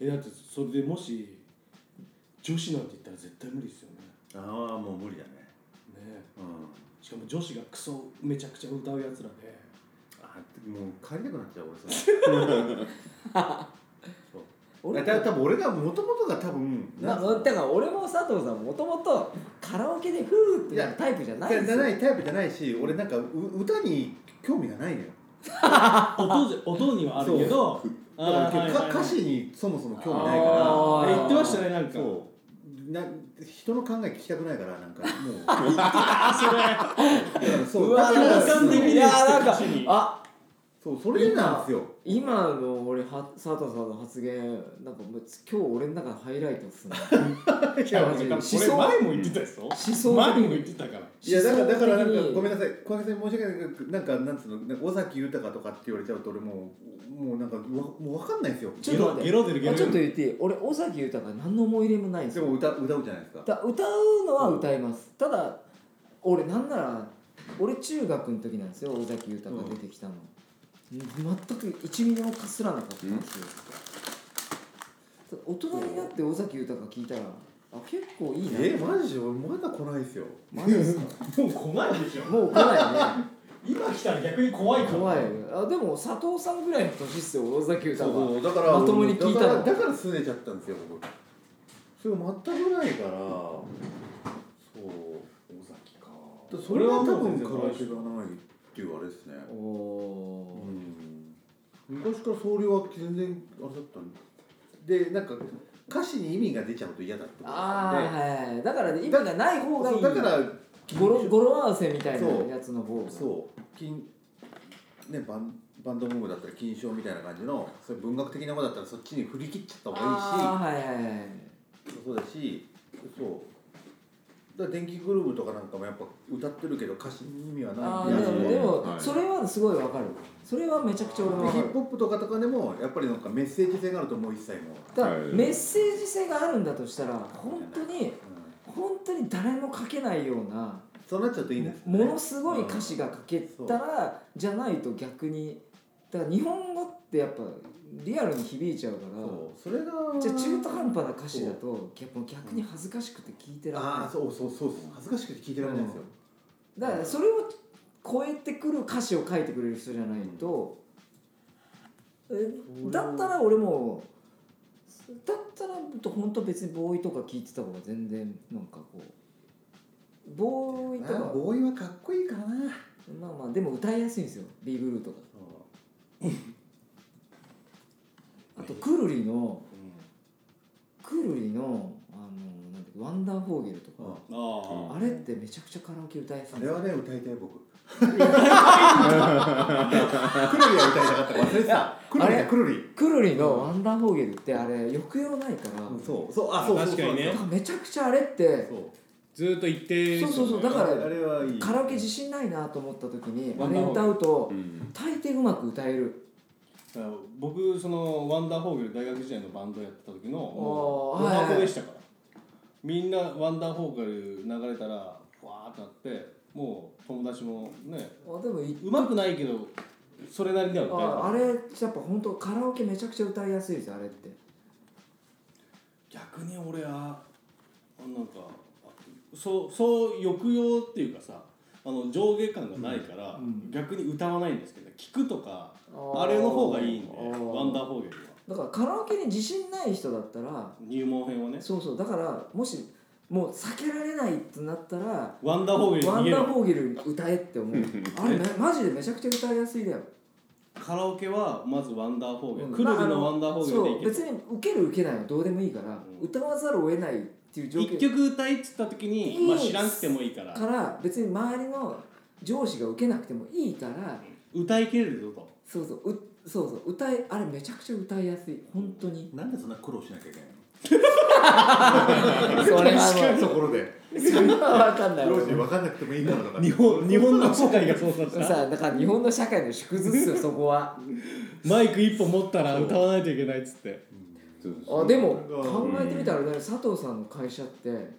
Speaker 1: えだってそれでもし女子なんて言ったら絶対無理ですよね
Speaker 5: ああもう無理だね
Speaker 1: ね
Speaker 5: うん
Speaker 1: しかも女子がクソめちゃくちゃ歌うやつらで
Speaker 5: あもう帰りたくなっちゃう俺さそう
Speaker 3: 俺
Speaker 5: だ多分俺がもともとが多分
Speaker 3: な
Speaker 5: なん
Speaker 3: だから俺も佐藤さんもともとカラオケでフーってやるタイプじゃない
Speaker 5: じゃ
Speaker 3: ですよ
Speaker 5: ないタイプじゃないし俺なんかう歌に興味がないのよ
Speaker 1: 音じゃ音にはあるけど
Speaker 5: だから
Speaker 1: あーはいは
Speaker 5: か
Speaker 1: いはい
Speaker 5: 歌詞にそもそも興味ないか
Speaker 3: あー
Speaker 1: え言ってましたねなん
Speaker 5: ら
Speaker 1: か
Speaker 5: そうな人の考え聞きたくないからなんかも うだから そう
Speaker 3: う
Speaker 5: だ
Speaker 3: わ
Speaker 5: から
Speaker 3: なん
Speaker 1: 共
Speaker 3: か
Speaker 1: 感できる
Speaker 3: いやなんか
Speaker 1: 口に
Speaker 3: あ
Speaker 5: そうそれなんですよ
Speaker 3: 今の俺は佐藤さんの発言なんかもう今日俺の中のハイライトっすね
Speaker 1: いやなんか
Speaker 3: 思
Speaker 1: これ
Speaker 3: 想
Speaker 1: 前も言ってたでしょ
Speaker 3: 思想
Speaker 1: 前も言ってたから
Speaker 5: いやだからだからなんかごめん
Speaker 3: ん
Speaker 5: なさい小林さん申し訳ないけどなんかなんつうのなんか尾崎豊とかって言われちゃうと俺もうもうなんかわもうわかんないですよ
Speaker 3: ちょっと待って
Speaker 1: ゲロ出るゲ
Speaker 3: あ
Speaker 1: ロ
Speaker 3: ち
Speaker 1: 出
Speaker 3: ょっ
Speaker 1: る
Speaker 3: と言っていい俺尾崎豊が何の思い入れもないんです
Speaker 5: で
Speaker 3: よ
Speaker 5: も歌歌うじゃないですか
Speaker 3: だ歌うのは歌います、ただ俺なんなら俺中学の時なんですよ尾崎豊が出てきたの、全く一ミリもかすらなかったんですよ、大人になって尾崎豊聞いたらあ結構いいな
Speaker 5: えマジで俺まだ来ないですよ
Speaker 3: マジですか
Speaker 1: もう怖いでしょ
Speaker 3: もう来ないね
Speaker 1: 今来たら逆に怖いから
Speaker 3: 怖いよねあでも佐藤さんぐらいの年っすよ尾崎豊は
Speaker 5: だから
Speaker 3: まともに聞いた
Speaker 5: だ
Speaker 3: の
Speaker 5: からだから拗ねちゃったんですよ僕それ全くないからそう
Speaker 1: 尾崎か
Speaker 5: だそれは多分
Speaker 1: 俺
Speaker 5: カ
Speaker 1: もう
Speaker 5: ラオ
Speaker 1: 全
Speaker 5: ケ
Speaker 1: 然
Speaker 5: がないっていうあれですね
Speaker 3: お
Speaker 5: う
Speaker 3: お
Speaker 5: ん昔から総量は全然あれだったんでなんか歌詞に意味が出ちゃうと嫌だってこと
Speaker 3: あ
Speaker 5: だったんで
Speaker 3: あはいだからね意味がない方がい
Speaker 5: そう
Speaker 3: い
Speaker 5: だから
Speaker 3: 語呂語呂合わせみたいな
Speaker 5: そう
Speaker 3: やつの方が
Speaker 5: そう金ねバンバンドブームだったら金賞みたいな感じのそれ文学的なものだったらそっちに振り切っちゃった方が
Speaker 3: あーはいはいはい
Speaker 5: いいしそうだしそうだから電気グルーヴとかなんかもやっぱ歌ってるけど歌詞に意味は
Speaker 3: あ
Speaker 5: ない
Speaker 3: ーで
Speaker 5: みたいな
Speaker 3: も
Speaker 5: ね
Speaker 3: でも、
Speaker 6: はい
Speaker 3: それはすごいわかるそれはめちゃくちゃ俺も
Speaker 5: で
Speaker 3: わ
Speaker 5: ヒ
Speaker 3: か
Speaker 5: ッ
Speaker 3: る
Speaker 5: プホップとかとかでもやっぱりなんかメッセージ性があるともう一切もう、
Speaker 3: だから
Speaker 6: はい
Speaker 3: メッセージ性があるんだとしたら本当に
Speaker 5: うん
Speaker 3: 本当に誰も書けないような
Speaker 5: そうなっちゃうといいんですよね
Speaker 3: ものすごい歌詞が書けたらじゃないと逆にだから日本語ってやっぱリアルに響いちゃうか
Speaker 5: そ
Speaker 3: ら
Speaker 5: うそれが
Speaker 3: じゃあ中途半端な歌詞だと逆逆に恥ずかしくて聞いてられ
Speaker 5: ああ
Speaker 3: な
Speaker 5: そうそうそうです恥ずかしくて聞いてられないんですよ、
Speaker 3: いだからそれを超えてくる歌詞を書いてくれる人じゃないとえだったら俺もだったら本当別にボーイとか聞いてた方が全然なんかこうボーイと
Speaker 5: あ
Speaker 3: か
Speaker 5: ーボーイはかっこいいからな
Speaker 3: まあまあでも歌いやすいんですよ「ビーブルー」とか。あとクルリの、クルリのあのなんてワンダーフォーゲルとか、
Speaker 5: あ
Speaker 1: あ
Speaker 3: あれってめちゃくちゃカラオケ歌えそ
Speaker 5: あ
Speaker 3: う
Speaker 5: れ
Speaker 3: な
Speaker 5: はね歌いたい 僕クルリは歌いたかった忘れてたクルリ
Speaker 3: あ
Speaker 5: だ
Speaker 3: れ
Speaker 5: クルリ
Speaker 3: クルリのワンダーフォーゲルってあれ抑揚ないから、
Speaker 5: そうそうあそうそう
Speaker 1: 確かにね
Speaker 3: だからめちゃくちゃあれって
Speaker 5: そう
Speaker 7: ずーっと一定
Speaker 3: そうそうそうだ
Speaker 5: そう
Speaker 3: か
Speaker 5: あれあ
Speaker 3: ら
Speaker 5: れはいい
Speaker 3: カラオケ自信ないなと思った時に
Speaker 1: ワ
Speaker 3: あ
Speaker 1: ン
Speaker 3: れ
Speaker 1: ダーフォーゲ
Speaker 3: 歌
Speaker 1: ル
Speaker 3: うと
Speaker 4: うん
Speaker 3: 大抵うまく歌える
Speaker 1: だから僕そのワンダーフォーゲル大学時代のバンドやってた時の
Speaker 3: お
Speaker 1: お
Speaker 3: ーはいはい
Speaker 1: 箱でしたから、みんなワンダーフォーゲル流れたらわーってなってもう友達もね
Speaker 3: あでもいう
Speaker 1: まくないけどそれなりには歌えた
Speaker 3: ああれやっぱ本当カラオケめちゃくちゃ歌いやすいですよあれって
Speaker 1: 逆に俺はなんかそうそう抑揚っていうかさあの上下感がないから、
Speaker 3: うん
Speaker 1: 逆に歌わないんですけど聞くとか
Speaker 3: あ
Speaker 1: あれの方がいいんで
Speaker 3: あ
Speaker 1: ワ
Speaker 3: ー
Speaker 1: ンダーフォーゲルは
Speaker 3: だからカラオケに自信ない人だったら
Speaker 1: 入門編をね
Speaker 3: そうそうだからもしもう避けられないってなったら
Speaker 1: ワンダーフォーゲルに逃
Speaker 3: ワン
Speaker 1: げ
Speaker 3: ダ
Speaker 1: ろ
Speaker 3: ーフォーゲル歌えっ て思うあれめマジでめちゃくちゃ歌いやすいだよ、
Speaker 1: カラオケはまずワンダーフォーゲル、
Speaker 3: うん
Speaker 1: クル
Speaker 3: まあ
Speaker 1: ビ
Speaker 3: あ
Speaker 1: のワンダーフォーゲ
Speaker 3: そう
Speaker 1: ルでいけ
Speaker 3: 別に受ける受けないはどうでもいいから、
Speaker 1: うん
Speaker 3: 歌わざるを得ないっていう状
Speaker 1: 一
Speaker 3: 況
Speaker 1: 曲歌いっつった時に、
Speaker 3: いい
Speaker 1: まあ、知らんくてもいいから
Speaker 3: から別に周りの上司が受けなくてもいいから
Speaker 1: 歌いきれるぞ と
Speaker 3: そうそううそうそう歌いあれめちゃくちゃ歌いやすい本当に
Speaker 5: なんでそんな苦労しなきゃいけない
Speaker 3: それ は
Speaker 5: のところで
Speaker 3: 分かんない
Speaker 5: 苦労して分かんなくてもいいからとか
Speaker 1: 日本日本の世界が そうなった
Speaker 3: さあだから日本の社会の縮図っすよそこ は
Speaker 1: マイク一本持ったら歌わないといけないっつって
Speaker 3: あでも考えてみたらね佐藤さんの会社って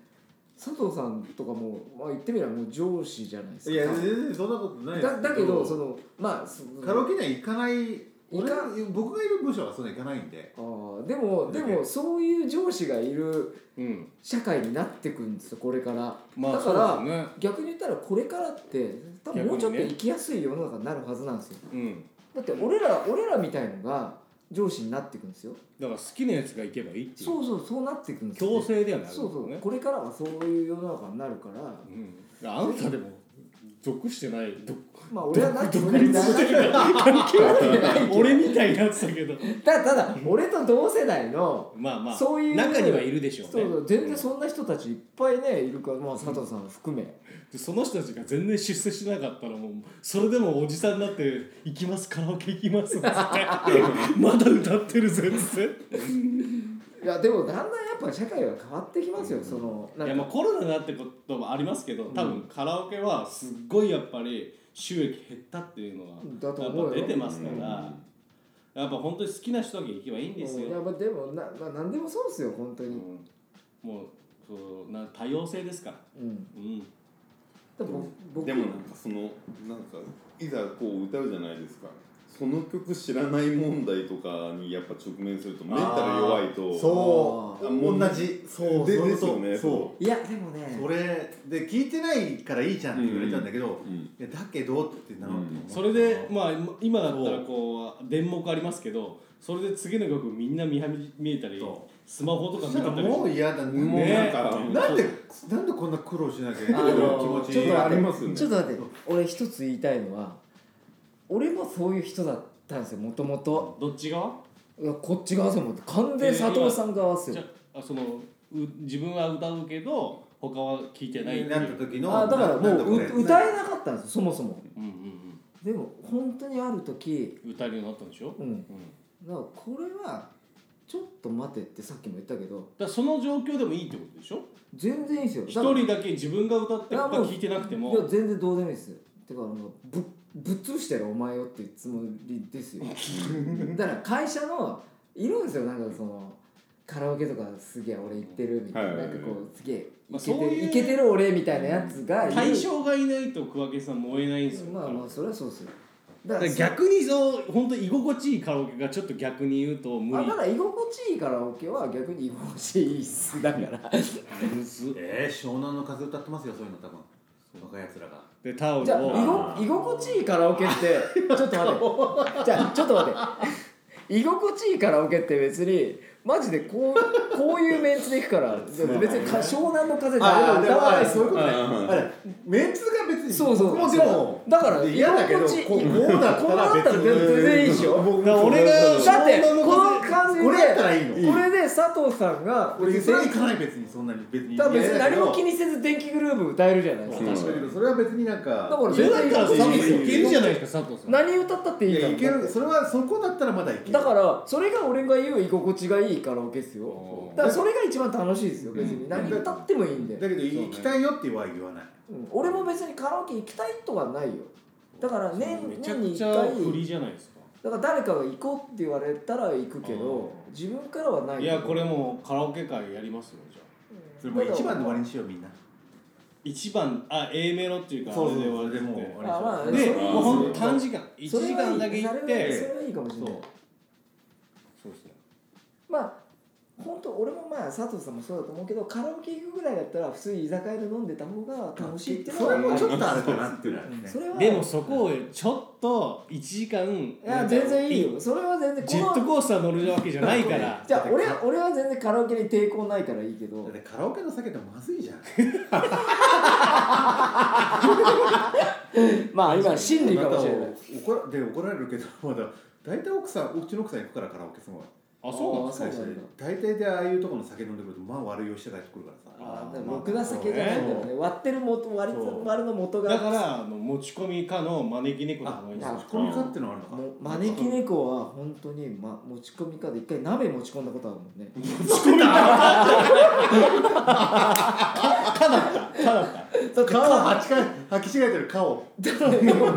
Speaker 3: 佐藤さんとかも、まあ、言ってみればもう上司じゃないですか
Speaker 5: いや全然そんなことないです
Speaker 3: だだけどそのまあその
Speaker 5: カラオケには行かない
Speaker 3: 俺あ
Speaker 5: 俺僕がいる部署はそんな行かないんで
Speaker 3: ーでもでもそういう上司がいる
Speaker 1: うん
Speaker 3: 社会になってくんですよこれから、
Speaker 1: まあ
Speaker 3: だから
Speaker 1: そうですね
Speaker 3: 逆に言ったらこれからって多分もうちょっと生きやすい世の中になるはずなんですよ
Speaker 1: うん
Speaker 3: だって俺ら俺らみたいのが上司になっていくんですよ
Speaker 1: だから好きなやつが行けばいいっていう
Speaker 3: そうそうそうなっていくんですよね、
Speaker 1: 強制ではない
Speaker 3: そうそうこれからはそういう世の中になるから
Speaker 1: うん、あんたでも属してないど
Speaker 3: まあ俺はなって
Speaker 1: 独
Speaker 3: 俺
Speaker 1: 立
Speaker 3: な
Speaker 1: してる関係ない俺みたいになってたけど
Speaker 3: たただ俺と同世代の
Speaker 1: まあまあ
Speaker 3: そういう
Speaker 1: 中にはいるでしょうね
Speaker 3: そうそう全然そんな人たちいっぱいねいるからまあ佐藤さん含め
Speaker 1: でその人たちが全然出世しなかったらもうそれでもおじさんになって「行きますカラオケ行きます」っつ ってまだ歌ってるぜっつって
Speaker 3: いやでもだんだんやっぱ社会は変わってきますよそのない
Speaker 1: や
Speaker 3: ん
Speaker 1: まあ
Speaker 3: か
Speaker 1: コロナだってこともありますけど多分カラオケはすっごいやっぱり収益減ったっていうのは
Speaker 3: だと思うよ
Speaker 1: やっぱ出てますから、やっぱ本当に好きな人だけ行けばいいんです
Speaker 3: うんいや
Speaker 1: よ、
Speaker 3: まあでもなまあ何でもそうですよ本当
Speaker 1: う
Speaker 3: に
Speaker 1: んもうそうな多様性ですから、
Speaker 3: うん
Speaker 1: うん、
Speaker 3: でも僕
Speaker 4: でもなんかそのなんかいざこう歌うじゃないですかその曲知らない問題とかにやっぱ直面するとメンタル弱いと
Speaker 5: そ
Speaker 4: あー
Speaker 5: う同じそう
Speaker 4: で
Speaker 5: そういう
Speaker 4: で
Speaker 5: こ
Speaker 4: す
Speaker 5: と
Speaker 4: よね
Speaker 5: そ
Speaker 3: いやでもね
Speaker 5: うそれで聞いてないからいいじゃんって言われたんだけど、
Speaker 4: うん
Speaker 5: いやだけどってなると思う
Speaker 1: それでまあ今今だったらこう電目ありますけどそれで次の曲みんな見はみ見えたり
Speaker 5: そ
Speaker 1: スマホとか見
Speaker 5: そした
Speaker 1: た
Speaker 5: ら
Speaker 1: り
Speaker 5: もう嫌だね
Speaker 4: もうなんか、
Speaker 5: なんでなんでこんな苦労しなきゃいけない
Speaker 3: あの
Speaker 5: の気持ち
Speaker 3: ちょっと
Speaker 4: ありますよね
Speaker 3: ちょっと待って俺一つ言いたいのは俺もそういう人だったんですよもともと
Speaker 1: どっち側
Speaker 3: こっち側ですよもう完全佐藤さん側です
Speaker 1: じゃ
Speaker 3: よ
Speaker 1: あそのう自分は歌うけど他は聴いてない
Speaker 5: になった時の
Speaker 3: あだからも
Speaker 5: なんだ
Speaker 3: う
Speaker 5: これ
Speaker 3: う歌えなかったんですよそもそも
Speaker 1: うんうん
Speaker 3: でも本当にある時
Speaker 1: うん歌えるようになったんでしょ、
Speaker 3: うん
Speaker 1: うん、だ
Speaker 3: だからこれはちょっと待てってさっきも言ったけど
Speaker 1: からその状況でもいいってことでしょ
Speaker 3: 全然いいですよ
Speaker 1: 一
Speaker 3: だから
Speaker 1: 人だけ自分が歌って
Speaker 3: いや
Speaker 1: 他
Speaker 3: もう
Speaker 1: 聴いてなくても
Speaker 3: いや全然どうでもいいですてかあのぶぶっ潰してやるお前よっていうつもり ですよだから会社のいるんですよなんかそのカラオケとかすげえ俺行ってるみたいな、
Speaker 4: はいはい
Speaker 3: な
Speaker 4: はい
Speaker 3: んかこうすげえ
Speaker 1: ま
Speaker 3: イ
Speaker 1: あ
Speaker 3: ケて
Speaker 1: そう
Speaker 3: る、
Speaker 1: いう
Speaker 3: イケてる俺みたいなやつがいる
Speaker 1: 対象がいないと桑毛さん燃えないんですよ、
Speaker 3: まあまあそれはそうですよだ
Speaker 1: だ
Speaker 3: か
Speaker 1: からら逆にそう本当居心地いいカラオケがちょっと逆に言うと無
Speaker 3: あ
Speaker 1: 理
Speaker 3: だから居心地いいカラオケは逆に居心地いいっすだから
Speaker 1: むず
Speaker 5: えー、湘南の風歌ってますよそういうの多分若いやつらが
Speaker 1: でタオ
Speaker 3: じ
Speaker 1: ル
Speaker 3: ゃあ
Speaker 1: を
Speaker 3: 居ご居心地いいカラオケってちょっと待ってじゃあちょっと待って居心地いいカラオケって別にマジでこうこういうメンツで行くから別にか湘南の 風誰も歌わないです
Speaker 5: そういうことね
Speaker 4: うん
Speaker 5: あれメンツが別に
Speaker 3: そうそう
Speaker 5: 僕もでも
Speaker 3: だから
Speaker 5: 嫌だけど
Speaker 3: 居心地
Speaker 5: こうこうだっ
Speaker 3: こう
Speaker 5: たら
Speaker 3: なったら全然いいでしょ
Speaker 5: 僕
Speaker 1: だから俺が
Speaker 3: だってこ
Speaker 1: 湘南の風
Speaker 3: の感じで
Speaker 5: これやったらいいの
Speaker 3: これで佐藤さんが
Speaker 5: 俺それは行かないい別にそんなに別に
Speaker 3: だから別に何も気
Speaker 5: に
Speaker 3: にせず電気グルーヴ歌えるじゃないですか
Speaker 4: うん
Speaker 5: だけどそれは別になんか
Speaker 3: だから
Speaker 1: それ
Speaker 3: 全
Speaker 1: だ
Speaker 3: 然
Speaker 1: ったら佐
Speaker 3: いい
Speaker 1: 藤さん
Speaker 3: ですよ
Speaker 1: いけるじゃないですか佐藤さん
Speaker 3: 何歌ったっていい
Speaker 5: い
Speaker 3: か
Speaker 5: や
Speaker 3: ら
Speaker 5: いけるそれはそこだったらまだいける
Speaker 3: だからそれが俺が言う居心地がいいカラオケですよ
Speaker 1: おー
Speaker 3: だからそれが一番楽しいですよ別に何歌ってもいいんで、
Speaker 5: だけど行きたいよっては言わない
Speaker 3: うん俺も別にカラオケ行きたいとかないよだから年
Speaker 1: めちゃ
Speaker 3: 年
Speaker 1: く
Speaker 3: に
Speaker 1: ちゃ
Speaker 3: 1回
Speaker 1: 振りじゃないですか
Speaker 3: だから誰かが行こうって言われたら行くけど
Speaker 1: あ
Speaker 3: 自分からはない
Speaker 1: いやこれもうカラオケ会やりますよじゃあ
Speaker 5: それもう一番で終わりにしようみんな
Speaker 1: 一番あ A メロっていうか
Speaker 5: そうそう
Speaker 1: あれで終わり
Speaker 5: でもう
Speaker 1: で
Speaker 5: 終わりにし
Speaker 1: で
Speaker 3: それ
Speaker 1: もうほんと短
Speaker 3: そ
Speaker 1: 時間1
Speaker 3: それ
Speaker 1: 時
Speaker 3: はい
Speaker 1: 間
Speaker 3: い
Speaker 1: だけ行っ
Speaker 3: それ
Speaker 1: て
Speaker 3: はいいかもしれな
Speaker 1: そ
Speaker 3: い
Speaker 1: うそうですね
Speaker 3: まあ本当俺もまあ佐藤さんもそうだと思うけどカラオケ行くぐらいだったら普通に居酒屋で飲んでた方が楽しいっていうの
Speaker 5: それもちょ
Speaker 3: と
Speaker 5: っとあるかなっていうのはあるね
Speaker 3: それは
Speaker 1: でもそこをちょっと1時間い
Speaker 3: いや全然いいよそれは全然
Speaker 1: ジェット
Speaker 3: この
Speaker 1: コースター乗るわけじゃないから
Speaker 3: じゃあ俺は俺は全然カラオケに抵抗ないからいいけど
Speaker 5: だってカラオケの酒ってまずいじゃん
Speaker 3: まあ今真理かもしれない。
Speaker 5: 怒らで怒られるけどまだ大体奥さんうちの奥さん行くからカラオケすごい
Speaker 1: あそうなん
Speaker 3: あ
Speaker 1: で
Speaker 3: そうなんだ
Speaker 5: 大体でああいうところの酒飲んでくるとまあ悪い用して帰ってくるからさ
Speaker 3: あ
Speaker 1: あ
Speaker 3: で
Speaker 1: ー
Speaker 3: もろくな酒じゃないんだよね。割ってる元割り
Speaker 5: そう
Speaker 3: 割るの元が。
Speaker 1: だからあの持ち込みかの招き猫の方がいいんです
Speaker 3: あ
Speaker 1: よ
Speaker 5: 持ち込みかっていうのはあるのか
Speaker 3: もう招き猫は本当にま持ち込みかで一回鍋持ち込んだことあるもんね。
Speaker 1: かだったかだった
Speaker 3: そう
Speaker 5: 顔をはきか履き違えてる顔
Speaker 3: かだから。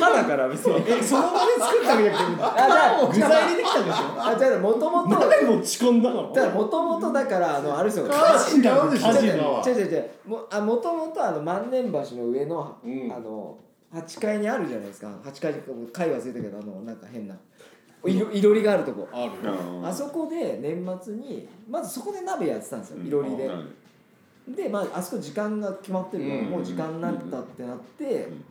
Speaker 3: かだから別に。
Speaker 1: えその場で作ったわけじゃなくて
Speaker 3: あじゃあ
Speaker 1: 具材入れてきたんでしょ
Speaker 3: あじゃあもともとだ
Speaker 1: 鍋持ち込んだの
Speaker 3: からもともとだからあのあれですよ。
Speaker 5: 顔違うでしょ
Speaker 1: 火
Speaker 3: 違う
Speaker 1: 事
Speaker 3: 違
Speaker 1: の
Speaker 3: う違う違うもあもともとあの万年橋の上の、
Speaker 1: うん
Speaker 3: あの8階にあるじゃないですか8階階忘れたけどあのなんか変ないろいろりがあるとこ
Speaker 1: ある
Speaker 3: あそこで年末にまずそこで鍋やってたんですよいろりででまああそこ時間が決まってるから
Speaker 4: うん
Speaker 3: もう時間になったってなって
Speaker 4: ん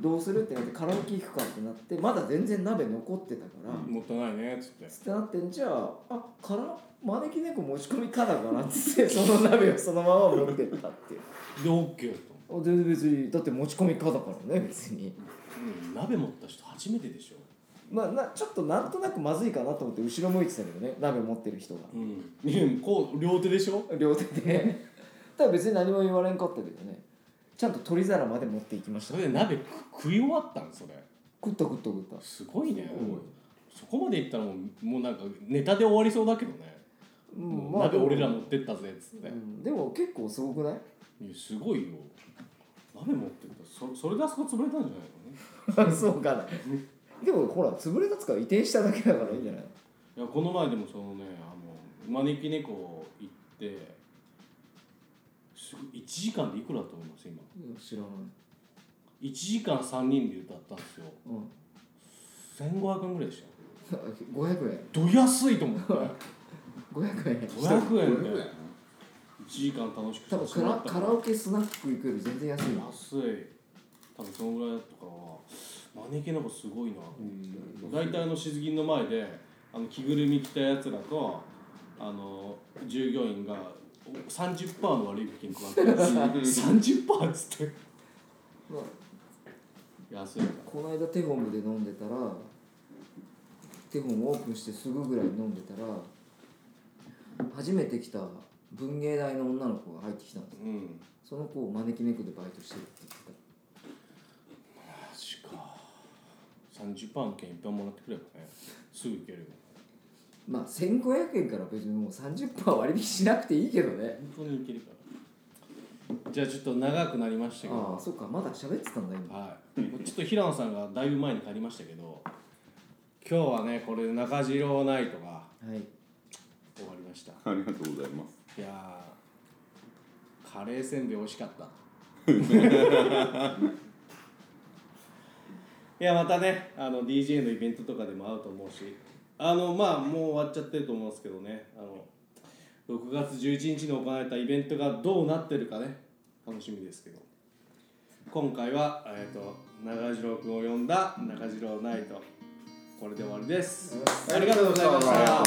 Speaker 3: どうするってなってカラオケ行くかってなってまだ全然鍋残ってたから
Speaker 1: もったいないねっつって
Speaker 3: つってなってんじゃああから招き猫持ち込みかだからっつってそ の鍋をそのまま持ってったっていう
Speaker 1: で OK と、
Speaker 3: あ全然別にだって持ち込みかだからね別に
Speaker 1: うん、鍋持った人初めてでしょ、
Speaker 3: まあなちょっとなんとなくまずいかなと思って後ろ向いてたけどね鍋持ってる人が
Speaker 1: うんね、こう両手でしょ
Speaker 3: 両手でただ別に何も言われんかったけどねちゃんと取り皿まで持っていきました
Speaker 1: それで鍋く食い終わったんそれ
Speaker 3: 食った食った食った
Speaker 1: すごいね、そこまでいったらもうもうなんかネタで終わりそうだけどね、
Speaker 3: うん
Speaker 1: 鍋俺ら持っ
Speaker 3: で
Speaker 1: てったぜっつって、
Speaker 3: もうんでも結構すごくない
Speaker 1: いやすごいよ鍋持ってったそそれであそこ潰れたんじゃないのね
Speaker 3: そうかな でもほら潰れたつか移転しただけだからいいんじゃない
Speaker 1: いやこの前でもそのねあの招き猫行ってすごい1時間でいくらだと思います今
Speaker 3: いや知らない
Speaker 1: 1時間3人で歌ったんですよ
Speaker 3: うん
Speaker 1: 1500円ぐらいでしたよ
Speaker 3: 500円
Speaker 1: ど安いと思って
Speaker 3: 500円
Speaker 1: 500円で1時間楽しく
Speaker 3: 多分カ
Speaker 1: ま
Speaker 3: ラ
Speaker 1: った
Speaker 3: カラオケスナック行くより全然安いな
Speaker 1: 安い多分そのぐらいだったから招き猫すごいな大体あの静銀の前であの着ぐるみ着たやつらとあの従業員がお30%の割引金配ってる30%っつって
Speaker 3: まあ
Speaker 1: 安いから
Speaker 3: この間テホームで飲んでたらテホームオープンしてすぐぐらい飲んでたら初めて来た文芸大の女の子が入ってきたんです
Speaker 1: うん
Speaker 3: その子を招き猫でバイトしてるって言って
Speaker 1: マジか30%の券いっぱいもらってくればねすぐ行けるよ
Speaker 3: たまあ1500円から別にもう30%割引しなくていいけどね
Speaker 1: 本当に行けるからじゃあちょっと長くなりましたけど
Speaker 3: ああそっかまだ喋ってたんだ今
Speaker 1: はい、ちょっと平野さんがだいぶ前に帰りましたけど今日はねこれで中城ナイトが
Speaker 3: はい
Speaker 1: 終わりました
Speaker 4: ありがとうございます
Speaker 1: いやーカレーせんべい美味しかったいやまたねあの DJ のイベントとかでも会うと思うしあのまあもう終わっちゃってると思うんですけどねあの6月11日に行われたイベントがどうなってるかね楽しみですけど今回は、えー、と中城君を呼んだ中城ナイトこれで終わりですありがとうございました